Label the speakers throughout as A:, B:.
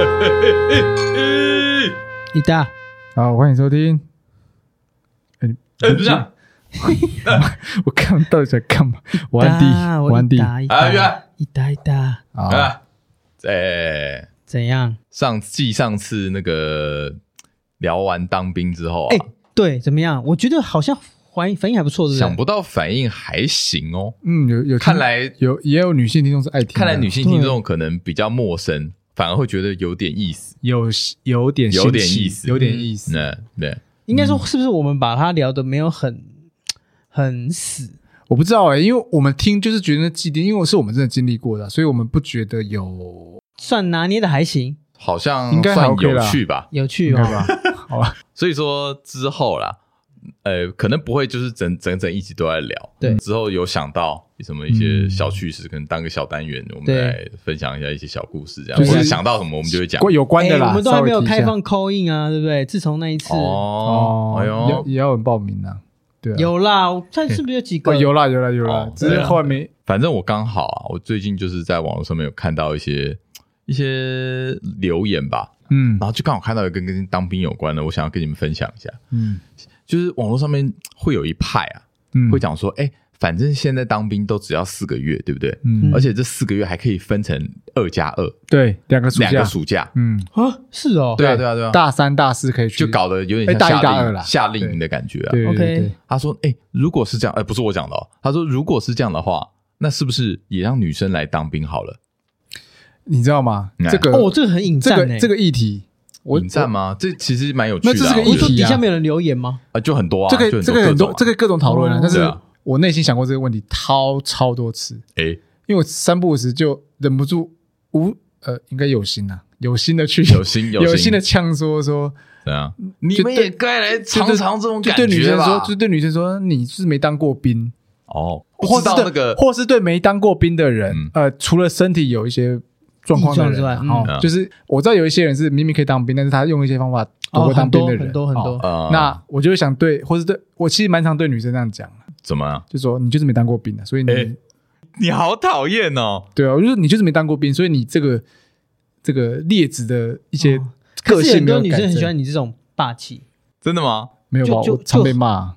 A: 你大
B: 好，欢迎收听。
C: 哎，不是啊，
B: 我看到底在干嘛？我安迪，我安迪
A: 一
C: 啊
A: 打
C: 约啊
A: 一打一打，
B: 啊，
C: 啊，哎，
A: 怎样？
C: 上继上次那个聊完当兵之后啊
A: 哎，，对，怎么样？我觉得好像反反应还不错，对
C: 想
A: 不
C: 不
A: 对？
C: 到反应还行哦。
B: 嗯，有有听，
C: 看来
B: 有也有女性听众是爱听的，
C: 看来女性听众可能比较陌生，反而会觉得有点意思。
B: 有有点
C: 有点
B: 新奇
C: 意思嗯
B: 有点意思。
C: 那对，
A: 应该说，
B: 嗯
A: 是不是我们把它聊的没有很很死？
B: 我不知道哎，因为我们听就是觉得那祭奠，因为是我们真的经历过的，所以我们不觉得有，
A: 算拿捏的还行，
C: 好像
B: 应该还
C: 算
B: OK
C: 有
B: 啦
C: 趣吧。
A: 有趣
B: 对
A: 哦。
B: 吧？ 好吧，
C: 所以说之后啦，呃，可能不会就是整整整一集都在聊。
A: 对
C: 之后有想到什么一些
B: 嗯
C: 小趣事，可能当个小单元，我们
A: 对
C: 来分享一下一些小故事，这样。
B: 就是
C: 或者想到什么我们就会讲。
B: 关有关的
A: 哎
B: 啦，
A: 我们都还没有
B: 稍微提一
A: 开
B: 下
A: 放 call in 啊，对不对？自从那一次，
B: 哦，，
C: 哦哎
B: 要
C: 呦，
B: 也要有人报名啊，对啊，
A: 有啦，我看是不是有几
B: 哦
A: 个？
B: 有啦有啦有啦
C: 哦，
B: 只是后来没
C: 反正我刚好啊，我最近就是在网络上面有看到一些一些留言吧，
B: 嗯
C: 然后就刚好看到一个跟当兵有关的，我想要跟你们分享一下。
B: 嗯
C: 就是网络上面会有一派啊，
B: 嗯
C: 会讲说，哎、反正现在当兵都只要四个月，对不对？
B: 嗯
C: 而且这四个月还可以分成二加二，
B: 对两个暑
C: 两个
B: 假
C: 暑假。
B: 嗯
A: 啊，是哦。
C: 对啊，对啊，对啊，
B: 大三大四可以去
C: 就搞得有点
B: 哎大一
C: 像
B: 大
C: 夏
B: 二
C: 令
B: 啦
C: 夏令营的感觉啊。
B: 对对
A: OK
B: 对对
C: 他说，哎、如果是这样，哎、不是我讲的、哦，他说如果是这样的话，那是不是也让女生来当兵好了？
B: 你知道吗
C: 嗯？
B: 这个
A: 哦，这个很引
B: 这
A: 战
B: 个
A: 呢。
B: 这个议题，我
C: 引战吗？这其实蛮有趣的
B: 那
C: 啊、
B: 这是个
C: 我
A: 你
C: 觉
A: 说
B: 议题
C: 得
A: 底
B: 啊
A: 下没有人留言吗？
C: 啊，就很多啊，
B: 这
C: 就
B: 个这个很
C: 很
B: 多这
C: 个
B: 个各种讨论啊
A: 哦，
B: 但是
C: 对啊
B: 我内心想过这个问题，超超多次，
C: 哎、
B: 因为我三不五时就忍不住无呃，应该有心啊，有心的去
C: 有心
B: 有
C: 心
B: 心的呛说说，
C: 怎样？你们
B: 对
C: 也该来
B: 就
C: 尝
B: 对
C: 尝这种
B: 就
C: 感
B: 对女
C: 觉
B: 生
C: 吧
B: 说，。就对女生说，你是没当过兵，
C: 哦，不
B: 或
C: 知
B: 是
C: 道
B: 对
C: 那个
B: 或是对没当过兵的人
C: 嗯，
B: 呃，除了身体有一些。状况的
A: 异
B: 人
A: 状
B: 啊，
A: 之外
B: 哦
C: 嗯
B: 就是我知道有一些人是明明可以当兵，但是他用一些方法躲
A: 哦，
B: 过当
A: 很
B: 兵
A: 多
B: 的人，
A: 很多很
B: 哦
A: 多。
C: 呃，
B: 那我就会想对，或是对我其实蛮常对女生这样讲，
C: 怎么啊？
B: 就说你就是没当过兵的，所以你、
C: 哎你好讨厌哦！
B: 对啊，我就是你就是没当过兵，所以你这个这个劣质的一些
A: 哦
B: 个
A: 可是
B: 性
A: 很
B: 没有
A: 多女
B: 改
A: 生很
B: 正
A: 喜欢你这种霸气。
C: 真 的吗？
B: 没有
A: 就
B: 吧？
A: 就
B: 我常被骂啊，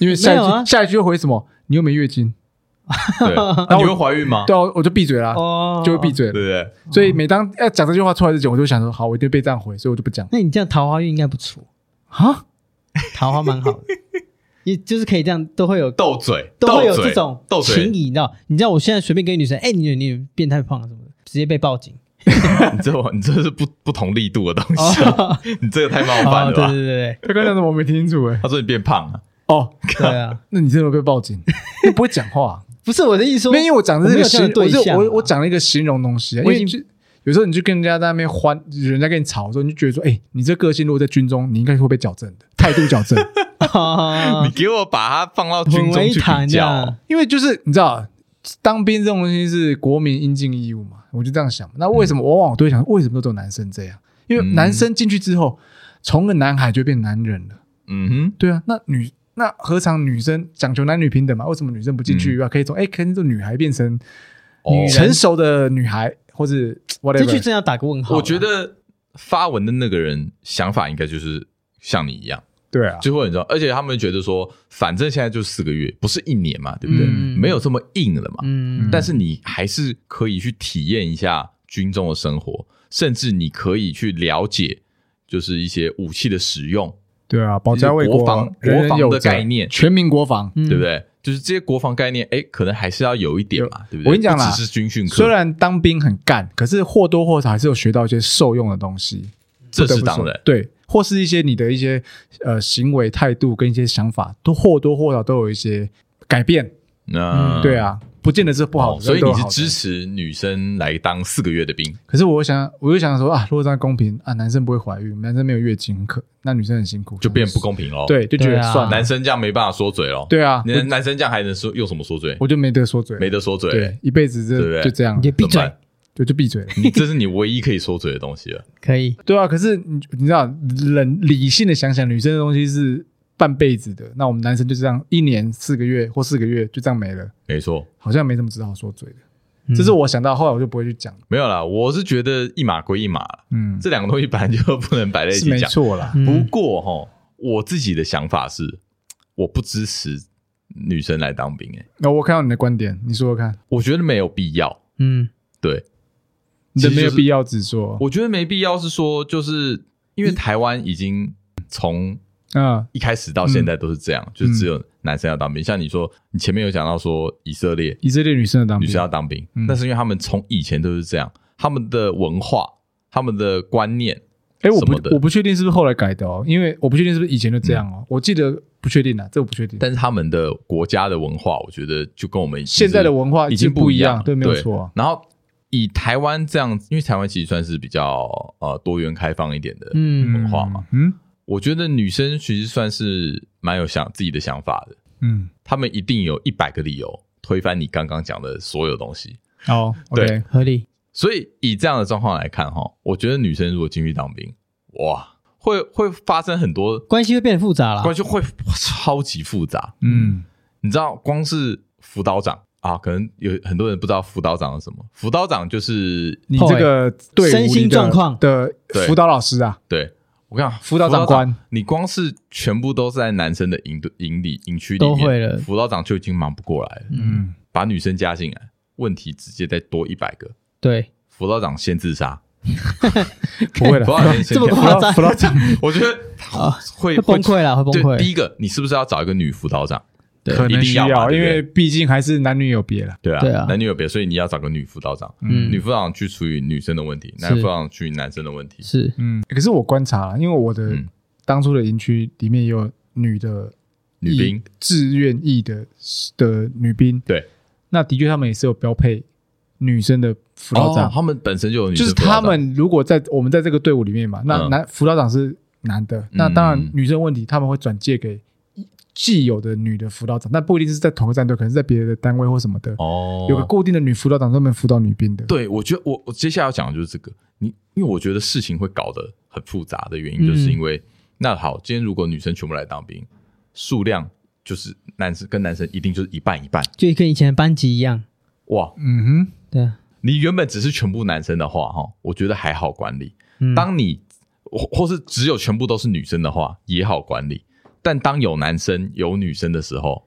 B: 因为下一
A: 没有啊
B: 句下一句又回什么？你又没月经，
C: 对，那你会怀孕吗？
B: 对啊，我就闭嘴啦，
A: 哦，
B: 啊就会闭。嘴
C: 对不
B: 了。
C: 对？
B: 所以每当要讲这句话出来之前，我就想说，好，我一定被这样回，所以我就不讲
A: 那你这样桃花运应该不错，
B: 啊。
A: 桃花蛮好的，也就是可以这样，都会有
C: 斗嘴，
A: 都会有
C: 斗嘴
A: 这种
C: 斗嘴
A: 情，谊，你知道？你知道我现在随便跟一女生，哎，你你变态胖什么的，直接被报警。
C: 你这你这是不不同力度的东
A: 哦
C: 西，啊 你这个太冒犯
A: 哦
C: 了
A: 对
C: 吧？
A: 对对
B: 他刚才什么我没听清楚哎？
C: 他说你变胖了，
B: 哦，
A: 对，对啊，
B: 那你真的会被报警？你不会讲 话，
A: 不是我的意思说
B: 没，有，因为我讲的是一个形，
A: 我
B: 我
A: 没有这样的对象
B: 就
A: 啊
B: 我我讲了一个形容东西啊，因
A: 我
B: 为
A: 已经
B: 就有时候你去跟人家在那边欢，人家跟你吵的时候，你就觉得说，哎，你这个性如果在军中，你应该会被矫正 的，态度矫正。
A: 哦
C: 你给我把它放到
A: 混
C: 军中
A: 为一
C: 去比
A: 谈啊这
C: 较
A: 样。。
B: 因为就是你知道，当兵这种东西是国民应尽义务嘛，我就这样想。那为什
A: 嗯
B: 么往往我都会想，为什么都只有男生这样？因为男生进去之后，从个男孩就变男人了。
C: 嗯
B: 对啊，那女那何尝女生讲求男女平等嘛？为什么女生不进去啊？可以从哎，可以从女孩变成
C: 哼，嗯哦
A: 女人
B: 成熟的女孩，或是
A: 这句
B: whatever。
A: 真要打个问
C: 哦
A: 号啊。
C: 我觉得发文的那个人想法应该就是像你一样，
B: 对啊，
C: 就会很重要。而且他们觉得说，反正现在就四个月，不是一年嘛，对不对？
A: 嗯
C: 没有这么硬了嘛。
A: 嗯，
C: 但是你还是可以去体验一下军中的生活，甚至你可以去了解，就是一些武器的使用，
B: 对啊，保家卫
C: 国防
B: 人人
C: 国防
B: 有
C: 的
B: 责
C: 概念
B: 全民国防。
A: 嗯
C: 对不？对？就是这些国防概念，哎，可能还是要有一点嘛，对不对？
B: 我跟你讲啦
C: 不只是军训课，
B: 嗯虽然当兵很干，可是或多或少还是有学到一些受用的东西。
C: 这
B: 不得
C: 是
B: 不
C: 当
B: 说
C: 然，
B: 对，或是一些你的一些呃行为态度跟一些想法，都或多或少都有一些改变。
C: 那、
B: 对啊，不见得是不好
C: 嗯哦，
B: 的，
C: 所以
B: 都
C: 你
B: 有
C: 是
B: 好的
C: 支。持女生来当四个月的兵，
B: 可是我又想，我又想说啊，如果这样公平啊，男生不会怀孕，男生没有月经很可，那女生很辛苦，
C: 就变
B: 那
C: 不公平喽。，
B: 对，就觉
A: 对
B: 得
A: 啊
B: 算了，
C: 男生这样没办法说嘴喽。，
B: 对啊，
C: 男男生这样还能说用什么说嘴？
B: 我就没得说嘴，
C: 没得说嘴
B: 对，，一辈子
C: 对不
B: 这
C: 对
B: 就这样
A: 你，就闭
C: 怎么
A: 嘴
C: 办，
B: 就就闭嘴了。
C: 你这是你唯一可以说嘴的东西了。
A: 可以。
B: 对啊，可是你你知道，冷理性的想想，女生的东西是半辈子的，那我们男生就这样一年四个月或四个月就这样没了，
C: 没错，
B: 好像没什么只好说嘴的。
C: 嗯
B: 这是我想到，后来我就不会去讲。
C: 没有啦，我是觉得一码归一码啦，
B: 嗯，
C: 这两个东西本来就 不能摆在一
B: 是
C: 起
B: 没
C: 讲。
B: 错啦。
A: 嗯
C: 不过哈，我自己的想法是，我不支持女生来当兵、欸，
B: 那我看到你的观点，你说说看，
C: 我觉得没有必要。
A: 嗯
C: 对，
B: 你的没有必
C: 要，
B: 要只说，
C: 我觉得没必要是说，就是因为台湾已经从
B: 嗯
C: 一开始到现在都是这样，就是只有男生要当兵。像你说，你前面有讲到说以色列
B: 以色列女生的当
C: 女
B: 兵
C: 生，要当兵，
B: 嗯
C: 那是因为他们从以前都是这样，他们的文化、他们的观念，
B: 哎，我
C: 什
B: 不
C: 么的嗯
B: 我不确定是不是后来改的哦，因为我不确定是不是以前就这样哦，我记得不确定啊，这我不确定。
C: 但是他们的国家的文化，我觉得就跟我们
B: 现在的文化
C: 已
B: 经
C: 经不
B: 一
C: 样了，
B: 对，没有错啊。
C: 然后以台湾这样，因为台湾其实算是比较呃多元开放一点的，
A: 嗯
C: 文化嘛，
B: 嗯
C: 我觉得女生其实算是蛮有想自己的想法的，
B: 嗯，
C: 她们一定有一百个理由推翻你刚刚讲的所有东西。
B: 好，OK，
C: 对
A: 合理，
C: 所以以这样的状况来看，哈，我觉得女生如果进去当兵，哇，会会发生很多
A: 关系会变得复
B: 啊
A: 杂啦。
C: 关系会 超级复杂。
B: 嗯
C: 你知道，光是辅导长啊，可能有很多人不知道辅导长是什么。辅导长就是
B: 你这个队伍
A: 身心
B: 里的
A: 状况
B: 的
C: 对
B: 辅导老师啊，
C: 对我跟你讲，
B: 辅导长官，
C: 你光是全部都是在男生的营队营里营区里
A: 都
C: 面
A: 会了
C: 辅导长就已经忙不过来了。
B: 嗯，
C: 把女生加进来，问题直接再多一百个。
A: 对，
C: 辅导长先自杀，
B: 嗯不会
C: 辅
B: 了，
C: 导长先
A: 这么
C: 跳
A: 夸
B: 辅
A: 张
B: 导辅导 长
C: 我觉得
A: 啊
C: 会
A: 会崩。溃啦，会崩
C: 会就第
A: 溃。
C: 一个，你是不是要找一个女辅导长？对
B: 可
C: 一
B: 能
C: 定
B: 需
C: 要嘛
B: 要，啊
C: 对
B: 因
C: 不对
B: 为毕竟还是男女有别了。
C: 对啊，
A: 对啊
C: 男女有别，所以你要找个女辅导长，
A: 嗯
C: 女辅导长去处理女生的问题，男辅导长去男生的问题。
A: 是，
B: 嗯，可是我观察了，因为我的
C: 嗯
B: 当初的营区里面也有女的
C: 女兵
B: 役志愿役的的女兵，
C: 对，
B: 那的确他们也是有标配女生的辅导
C: 哦
B: 长，
C: 他们本身就有女
B: 就
C: 生
B: 是
C: 辅导长，
B: 他们如果在我们在这个队伍里面嘛，那
C: 嗯
B: 男辅导长是男的，那当然
C: 嗯
B: 女生问题他们会转借给既有的女的辅导长，但不一定是在同个战队，可能是在别的单位或什么的，
C: 哦，
B: 有个固定的女辅导长专门辅导女兵的。
C: 对，我觉得我我接下来要讲的就是这个，你因为我觉得事情会搞得很复杂的原因，
A: 嗯
C: 就是因为、那好，今天如果女生全部来当兵，数量就是男生跟男生一定就是一半一半，
A: 就跟以前的班级一样，
C: 哇！
B: 嗯哼，
A: 对啊，
C: 你原本只是全部男生的话，哈，我觉得还好管理。
A: 嗯
C: 当你或或是只有全部都是女生的话，也好管理。但当有男生有女生的时候，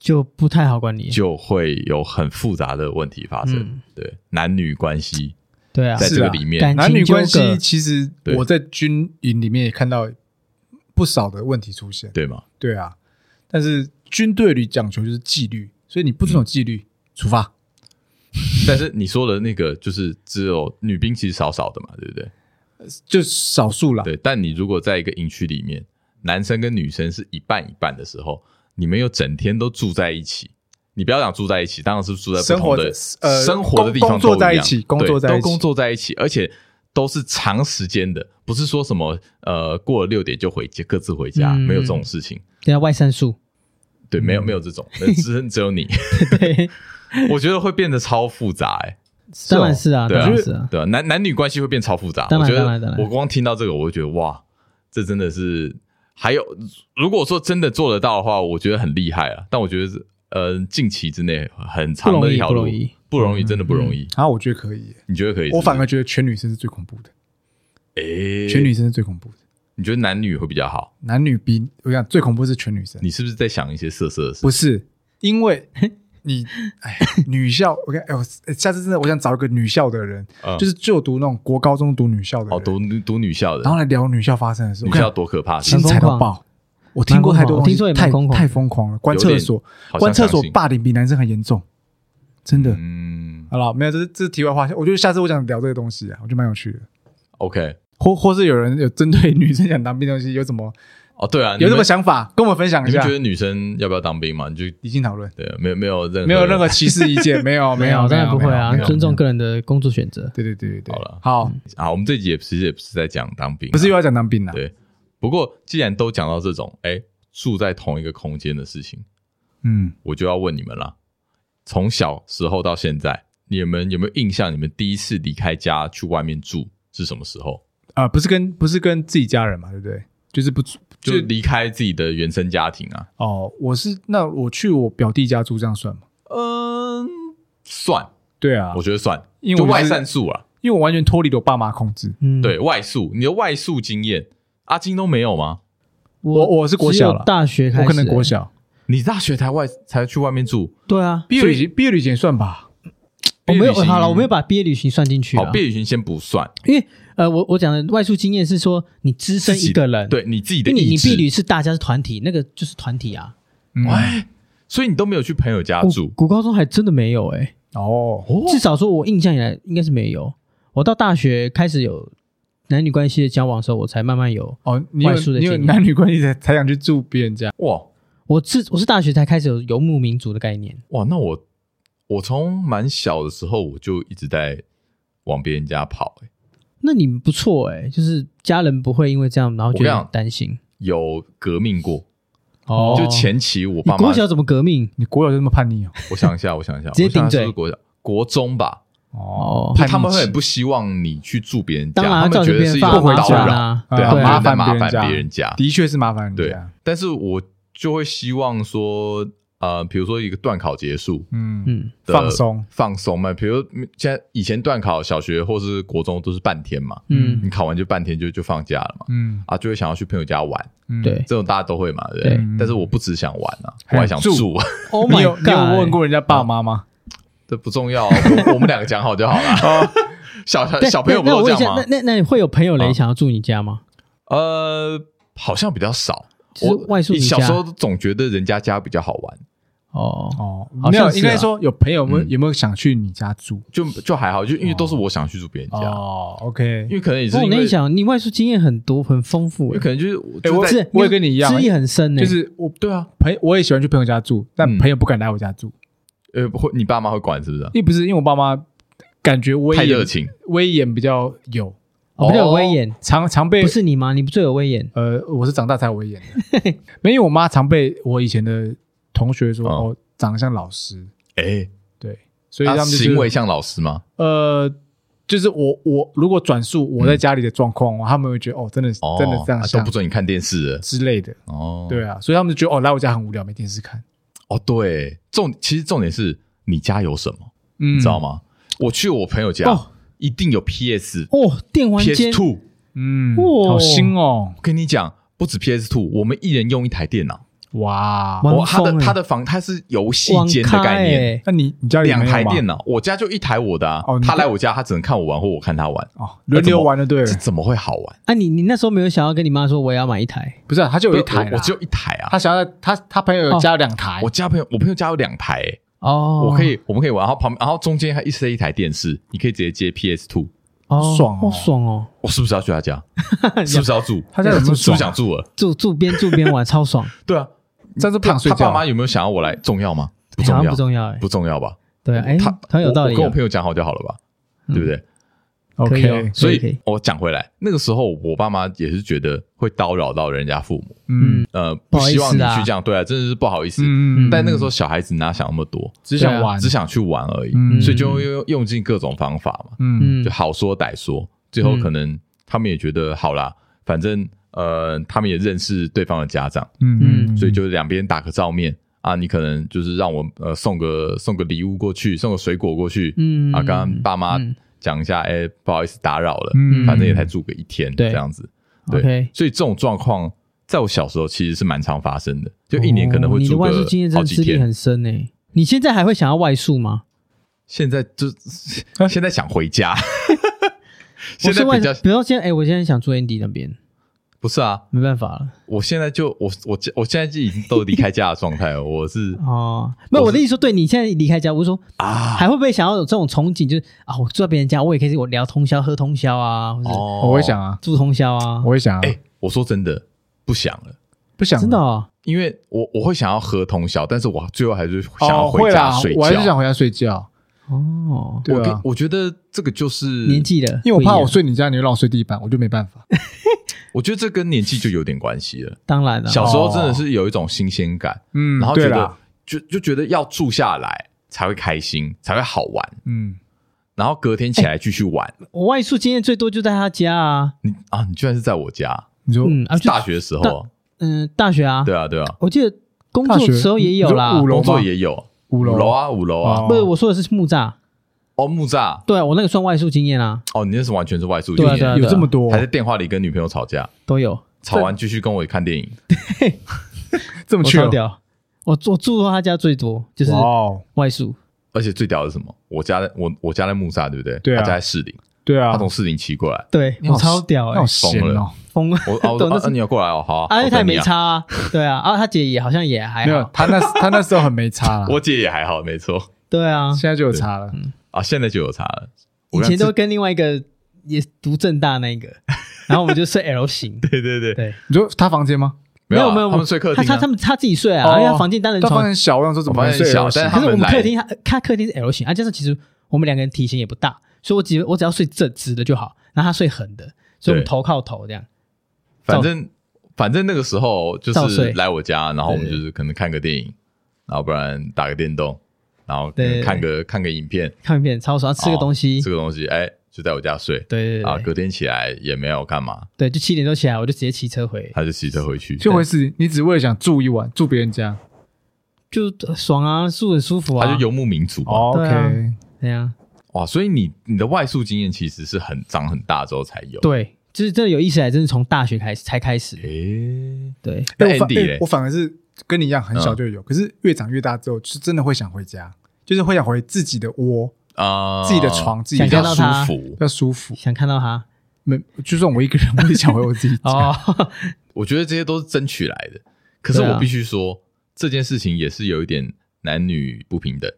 A: 就不太好管理。
C: 就会有很复杂的问题发生。
A: 嗯
C: 对男女关系
A: 对啊，
C: 在这
B: 是
C: 个
B: 啊
C: 里面，
A: 感
B: 男女关
A: 情纠
B: 系
A: 葛
B: 其实
C: 对
B: 我在军营里面也看到不少的问题出现。
C: 对吗？
B: 对啊，但是军队里讲求就是纪律，所以你不遵守纪律，处罚。
C: 但是你说的那个就是只有女兵其实少少的嘛，对不对？
B: 就少数啦。
C: 对，但你如果在一个营区里面，男生跟女生是一半一半的时候，你们又整天都住在一起，你不要讲住在一起，当然是住在不
B: 生活
C: 同的
B: 在呃
C: 生活的地
B: 工
C: 方
B: 工作
C: 都样
B: 在一起工
C: 对
B: 作在
C: 都
B: 一起
C: 工作在一起，而且都是长时间的，不是说什么呃过了六点就回家各自回家，
A: 嗯
C: 没有这种事情。
A: 对啊，外散 数，
C: 对，没有没有这种，呃只只有你，
A: 对，
C: 我觉得会变得超复杂哎、
A: 当然是啊，
C: 对
A: 当
C: 啊
A: 然是啊，
C: 对啊，男男女关系会变超复杂。
A: 当然
C: 我觉
A: 当然当
C: 得
A: 然
C: 我光听到这个，我就觉得哇，这真的是还有，如果说真的做得到的话，我觉得很厉害啊。但我觉得是，呃，近期之内很长
A: 不容
C: 的
A: 易
C: 一条路
A: 不容易，嗯
C: 不容易，真的不容易。
B: 啊，我觉得可以耶，
C: 你觉得可以是不是？
B: 我反而觉得全女生是最恐怖的，
C: 诶，
B: 全女生是最恐怖的，
C: 你觉得男女会比较好？
B: 男女兵，我跟你讲最恐怖是全女生，
C: 你是不是在想一些色色的事？
B: 不是因为你 哎，女校，OK，哎，我下次真的我想找一个女校的人，
C: 嗯
B: 就是就读那种国高中读女校的人，
C: 哦，读读女校
B: 然
C: 的，
B: 后来聊女校发生的事，
C: 女
B: 我看
C: 校多可怕！
B: 精彩到
A: 很疯狂
B: 爆。我听过太多
A: 蛮
B: 东西，
A: 疯狂我听说也蛮
B: 太
A: 疯狂的
B: 太疯狂了。关
C: 有
B: 厕
C: 点
B: 所，
C: 好像
B: 关厕所
C: 相信
B: 霸凌比男生还严重，真的。
C: 嗯
B: 好了，没有，这是这是题外话。我觉得下次我想聊这个东西啊，我觉得蛮有趣的。
C: ，OK，
B: 或或是有人有针对女生想当兵的东西有什么
C: 哦，对啊，
B: 有什
C: 你
B: 么
C: 们
B: 想法，跟我们分享一
C: 你们
B: 下
C: 觉，得女生要不要当兵嘛？你就
B: 理性讨论，
C: 对，没有没有任何
B: 没有任何歧视意见，没 有没有，
A: 当然不会啊
B: 没有没有没，有
A: 尊重嗯个人的工作选择。
B: 对对对对对，
C: 好了
B: 好，
C: 啊，我们这集也其实也不是在讲当兵啊，
B: 不是又要讲当兵了，
C: 对，不过既然都讲到这种，哎，住在同一个空间的事情，
B: 嗯，
C: 我就要问你们啦。从小时候到现在，你们有没有印象？你们第一次离开家去外面住是什么时候？
B: 啊，不是跟不是跟自己家人嘛，对不对？就是不
C: 就
B: 就
C: 离开自己的原生家庭啊？
B: 哦，我是那我去我表弟家住，这样算吗？
C: 嗯，算
B: 对啊
C: 我，觉得算，
B: 因为
C: 就
B: 我
C: 外
B: 是
C: 散数啊，
B: 因为我完全脱离了我爸妈控制。
A: 嗯，
C: 对外宿，你的外宿经验，阿金都没有吗？
B: 我我是国
A: 只
B: 小
A: 有
B: 了，
A: 大学开始，
B: 我可能国小，
C: 你大学才外才去外面住，
A: 对啊，
B: 毕业旅行毕业旅行也算吧。
C: 毕
A: 我
C: 业
A: 没有
C: 旅行
A: 好了，我没有把毕业旅行算进去
C: 好，
A: 啊
C: 毕，业旅行先不算，
A: 因为呃，我我讲的外宿经验是说你只身一个人，，
C: 对你自己的
A: 因为你
C: 意
A: 你
C: 志
A: 毕业旅是大家是团体，那个就是团体啊。
B: 嗯
C: 哎，所以你都没有去朋友家
A: 古
C: 住，
A: 古高中还真的没有哎、
B: 哦，
A: 至少说我印象以来应该是没有。我到大学开始有男女关系的交往的时候，我才慢慢有。
B: 哦，你有
A: 外宿的
B: 你有
A: 经验
B: 男女关系才才想去住别人
A: 哦
B: 家，
C: 哇
A: 我自我是大学才开始有游牧民族的概念，
C: 哇，那我我从蛮小的时候我就一直在往别人家跑、欸，
A: 那你们不错哎、就是家人不会因为这样然后
C: 我跟
A: 觉得
C: 你讲
A: 很担心
C: 有革命过，
A: 哦
C: 就前期我
A: 你
C: 爸妈
A: 国，小怎么革命？
B: 你国小就这么叛逆哦？
C: 我想一下，我想一下，
A: 直接
C: 我想一下
A: 顶嘴
C: 是不是国小国中吧，
A: 哦
B: 叛逆期
C: 他们会很不希望你去住别人家，
A: 当然
C: 他
A: 要
C: 们
A: 造
C: 觉
A: 成别
C: 得是
A: 人
C: 一
A: 发
C: 种
A: 麻
C: 扰
A: 烦
C: 攘，
A: 啊，
C: 对，
B: 啊
C: 他们觉得在
B: 麻
C: 麻
B: 烦别人
C: 烦
B: 家
C: 别人家，
B: 的确是麻烦人
C: 对
B: 家。，
C: 但是我就会希望说，呃，比如说一个段考结束
B: 嗯，
A: 嗯，
C: 的
B: 放松，
C: 放松嘛，比如现在以前段考小学或是国中都是半天嘛，
A: 嗯
C: 你考完就半天就就放假了嘛，
B: 嗯，
C: 啊，就会想要去朋友家玩，
B: 嗯
A: 对
C: 这种大家都会嘛，对不
A: 对
C: 对？但是我不只想玩啊，我
B: 还
C: 还想
B: 住
C: 住，
A: ，Oh
B: 你
A: my
B: 有
A: god！
B: 你有问过人家爸妈吗？
C: 这不重要啊，我我们两个讲好就好 了。小小
A: 哦对
C: 小朋友不
A: 那那
C: 都
A: 我
C: 这
A: 问一
C: 样
A: 下，
C: 吗
A: 那？那那你会有朋友
C: 啊
A: 来想要住你家吗？
C: 呃，好像比较少。
A: 就是
C: 我
A: 外宿你
C: 小
A: 家
C: 时候总觉得人家家比较好玩，
A: 哦，
B: 哦，
A: 好
B: 没有，
A: 像是啊
B: 应该说有朋友们
C: 嗯
B: 有没有想去你家住？
C: 就就还好，就因为都是我想去住别人家，
B: 哦，OK，
C: 因为可能也是
A: 那我
C: 因
A: 跟
C: 为
A: 你讲，你外宿经验很多，很丰富
C: 有
A: 欸，
C: 可能就是我
B: 哎
C: 就
B: 我
C: 在
A: 是
B: 我也跟你一样
A: 知意很深欸呢。
B: 就是我
C: 对啊，
B: 朋我也喜欢去朋友家住，
C: 嗯
B: 但朋友不敢来我家住，
C: 呃，会你爸妈会管是不是？
B: 因为不是因为我爸妈感觉威
C: 太热
B: 严
C: 情，
B: 威严比较有，
A: 我比较哦有威
C: 哦
A: 严，
B: 常常被
A: 不是你吗？你不最有威严？
B: 呃，我是长大才有威严的， 没有，因为我妈常被我以前的同学说
C: 哦
B: 哦，长得像老师，
C: 哎，
B: 对，所以他们就觉得
C: 啊行为像老师吗？
B: 呃。就是我我如果转述我在家里的状况，他们会觉得哦，真的
C: 哦，
B: 真的这样
C: 啊
B: 像、
C: 都不准你看电视了
B: 之类的，
C: 哦。
B: 对啊，所以他们就觉得哦，来我家很无聊，没电视看，
C: 哦，对，重其实重点是你家有什么，
B: 嗯
C: 你知道？吗？我去我朋友家
A: 哦
C: 一定有 PS、
A: 哦，电玩间
C: PS Two，
B: 嗯，
A: 哇
B: 好新哦，
C: 我跟你讲，不止 PS Two，我们一人用一台电脑。
B: 哇！
A: 玩
C: 我他的
A: 疯欸
C: 他的房它是游戏
A: 网
C: 间的
A: 咖
C: 概念，
A: 欸
B: 那你你家里
C: 两台电
B: 脑
C: 脑，我家就一台我的啊
B: 哦。你
C: 他来我家，他只能看我玩或我看他玩，
B: 哦，轮流玩就对了
C: 这，怎么会好玩？
A: 啊，你你那时候没有想要跟你妈说我也要买一台？
B: 不是啊他就有一
C: 我
B: 台啦，
C: 我哦只有一台啊。
B: 他想要他他朋友有加两台
C: 我，家朋友，我朋友家有两台、欸，
A: 哦，
C: 我可以，我们可以玩，然后旁，然后中间还一塞一台电视，你可以直接接 PS Two，
A: 哦，
B: 爽哦
A: 好爽哦，
C: 我是不是要去他 家？是不是要住？
B: 他家有没有
C: 是
B: 爽
C: 不
B: 啊
C: 想住了？
A: 住住边住边玩，超爽，
C: 对啊，
B: 这样是不想睡
C: 他
B: 觉
C: 爸妈有没有想要我来？重要吗？ 不
A: 好
C: 重
A: 像
C: 要
A: 不，重要哎，
C: 不重要吧？
A: 对啊，哎，
C: 他
A: 很有道
C: 我
A: 理
C: 我
A: 啊，
C: 跟我朋友讲好就好了吧？对不对？
A: 可以
B: ？OK，
A: 哦
C: 所
A: 可以
C: 以我讲回来，那个时候我爸妈也是觉得会叨扰到人家父母，
B: 嗯
C: 呃，
A: 不
C: 不
A: 好意思
C: 希望你
A: 啊
C: 去这样，对啊，真的是不好意思。
B: 嗯
C: 但那个时候小孩子哪想那么多，
B: 只
A: 对
B: 想
A: 啊
B: 玩，
C: 只想去玩而已，
B: 嗯
C: 所以就用用尽各种方法嘛。
B: 嗯
A: 嗯
C: 就，好说歹说，最后可能他们也觉得好啦，反正呃，他们也认识对方的家长，
A: 嗯
C: 所以就两边打个照面啊，你可能就是让我呃送个送个礼物过去，送个水果过去，
A: 嗯
C: 啊，跟他们爸妈
A: 嗯
C: 讲一下，哎、不好意思打扰了，
B: 嗯
C: 反正也才住个一天
A: 对
C: 这样子，对
A: OK，
C: 所以这种状况。在我小时候其实是蛮常发生的，就一年可能
A: 哦
C: 会
A: 你的
C: 住个
A: 外宿经验真
C: 好
A: 的
C: 几
A: 资历
C: 天。
A: 很深哎，你现在还会想要外宿吗？
C: 现在就 现在想回 家，现在
A: 我是
C: 比
A: 外，
C: 较
A: 比如说现在哎，我现在想住 Andy 那边，
C: 不是啊，
A: 没办法了。
C: 我现在就我我家我现在就已经都离开家的状态了， 我是
B: 嗯
A: 哦，没有，
C: 我
A: 我
C: 是
A: 的意思说，对你现在离开家，我是说
C: 啊
A: 还会不会想要有这种憧憬，就是啊，我住在别人家，我也可以我聊通宵、喝通宵啊，或者
C: 哦
B: 我会想，啊，
A: 住通宵啊
B: 我，会想啊
C: 哎、，我说真的不想了，
B: 不想啊
A: 真的哦，
C: 因为我我会想要喝通宵，但是我最后还是想要
B: 哦，
C: 回
B: 会
C: 家
B: 啦
C: 睡，觉。
B: 我还是想回家睡觉，
A: 哦，
B: 对
C: 我跟
B: 啊，
C: 我觉得这个就是
A: 年，纪了，
B: 因为我怕
A: 不一
B: 我
A: 样，
B: 睡你家，你又让我睡地板，我就没办法。
C: 我觉得这跟年纪就有点关系了。
A: 当然了，
C: 小时候真的是有一种新鲜感，
B: 嗯，
C: 然后
B: 对
C: 觉
B: 啦
C: 得，就就觉得要住下来才会开心，才会好玩，
B: 嗯，
C: 然后隔天起
B: 哎
C: 来继续玩。
A: 我外宿经验最多就在他家啊，
C: 你啊，你居然是在我家，
B: 你说
A: 嗯啊，就
C: 大学的时候啊，
A: 嗯大学啊，
C: 对啊对啊，
A: 我记得工
B: 大
A: 作
B: 学
A: 时候也有
B: 你
A: 啦
B: 说五，楼
C: 工作
B: 吗
C: 也有
B: 五
C: 五
B: 楼
C: 楼，啊五楼啊
B: 哦，
A: 不是我说的是木栅，
C: 哦，木栅
A: 对啊，我那个算外宿经验啊，
C: 哦，你那是完全是外宿经
A: 对啊对啊
C: 验，
A: 对
B: 有
A: 啊，
B: 这么多
C: 还在电话里跟女朋友吵架，
A: 都有，
C: 吵完继续跟我看电影，
B: 这么
A: 我
B: 缺
A: 超屌，我我住到他家最多就是
B: 哇哦，
A: 外宿，
C: 而且最屌的是什么？我家在我我家在木栅，对不对？
B: 对啊
C: 他家在士林，
B: 对啊
C: 他，从士林骑过来，
A: 对
B: 你好
A: 我超屌
B: 那
A: 哎
B: 好，闲
C: 疯
B: 哦
C: 了，
A: 疯了，
C: 我哦，我
A: 懂
C: 说
A: 那
C: 啊
A: 是
C: 啊你有过来哦，好啊，
A: 啊，因为他也
C: 我等
A: 没
C: 你啊，
A: 差啊，对啊，啊，他姐也好像也还
B: 没有
A: 好，
B: 他那他那时候很没差
A: 啊
B: 啦，
C: 我姐也还好，没错
A: 对啊，
B: 现在就有差了，
C: 啊，现在就有差了。我
A: 以
C: 跟
A: 前
C: 你讲
A: 都跟另外一个也读正大那一个，然后我们就睡 L 型，
C: 对对对，
A: 对，
B: 你说他房间吗？
C: 没有啊
A: 没有没有
C: 他们睡客厅啊，
A: 他他他们他自己睡啊，因为他房间单人
B: 他房
A: 床，
B: 间小，我想说怎么
C: 我房间
B: 睡
C: 小
B: 了
C: 但是
A: 可是
C: 他
A: 我
C: 们
A: 们
C: 来
A: 客厅他他客厅是 L 型，啊，加上其实我们两个人体型也不大，所以我只我只要睡正直的就好，然后他睡横的，所以我们
C: 对
A: 头靠头这样，
C: 反正反正那个时候就
A: 照
C: 是
A: 睡
C: 来我家，然后我们就是可能看个电影，然后不然打个电动，然后可能
A: 对
C: 看个看个影片，
A: 看片超爽，吃
C: 哦
A: 个东西，
C: 吃个东西，哎，就在我家睡。
A: 对对
C: 啊，
A: 对
C: 隔天起来也没有干嘛，
A: 对，就七点多起来，我就直接骑车回，
C: 他就骑车回去。
B: 就回是你只为了想住一晚，住别人家。
A: 就呃爽啊，住很舒服啊，
C: 他就游牧民族嘛，
B: 哦
A: 对啊
B: OK，
A: 对啊，
C: 哇！所以你你的外宿经验其实是很长很大之后才有。，
A: 对，就是真的有意思来，真是从大学开始才开始，
C: 诶，
A: 对，
C: 那
B: 哎我反
C: Andy
B: 哎
C: 嘞嗯
B: 我，反而是跟你一样，很小就有，可是越长越大之后，就是真的会想回家，就是会想回自己的窝、
C: 啊，
B: 自己的床、自己
C: 比
A: 想
B: 的
C: 较
A: 看到
C: 舒
A: 他
C: 服。
B: 要舒服。
A: 想看到 他
B: 没，就算我一个人，我也想回我自己家。
A: 哦，
C: 我觉得这些都是争取来的。可是
A: 对啊
C: 我必须说，这件事情也是有一点男女不平等。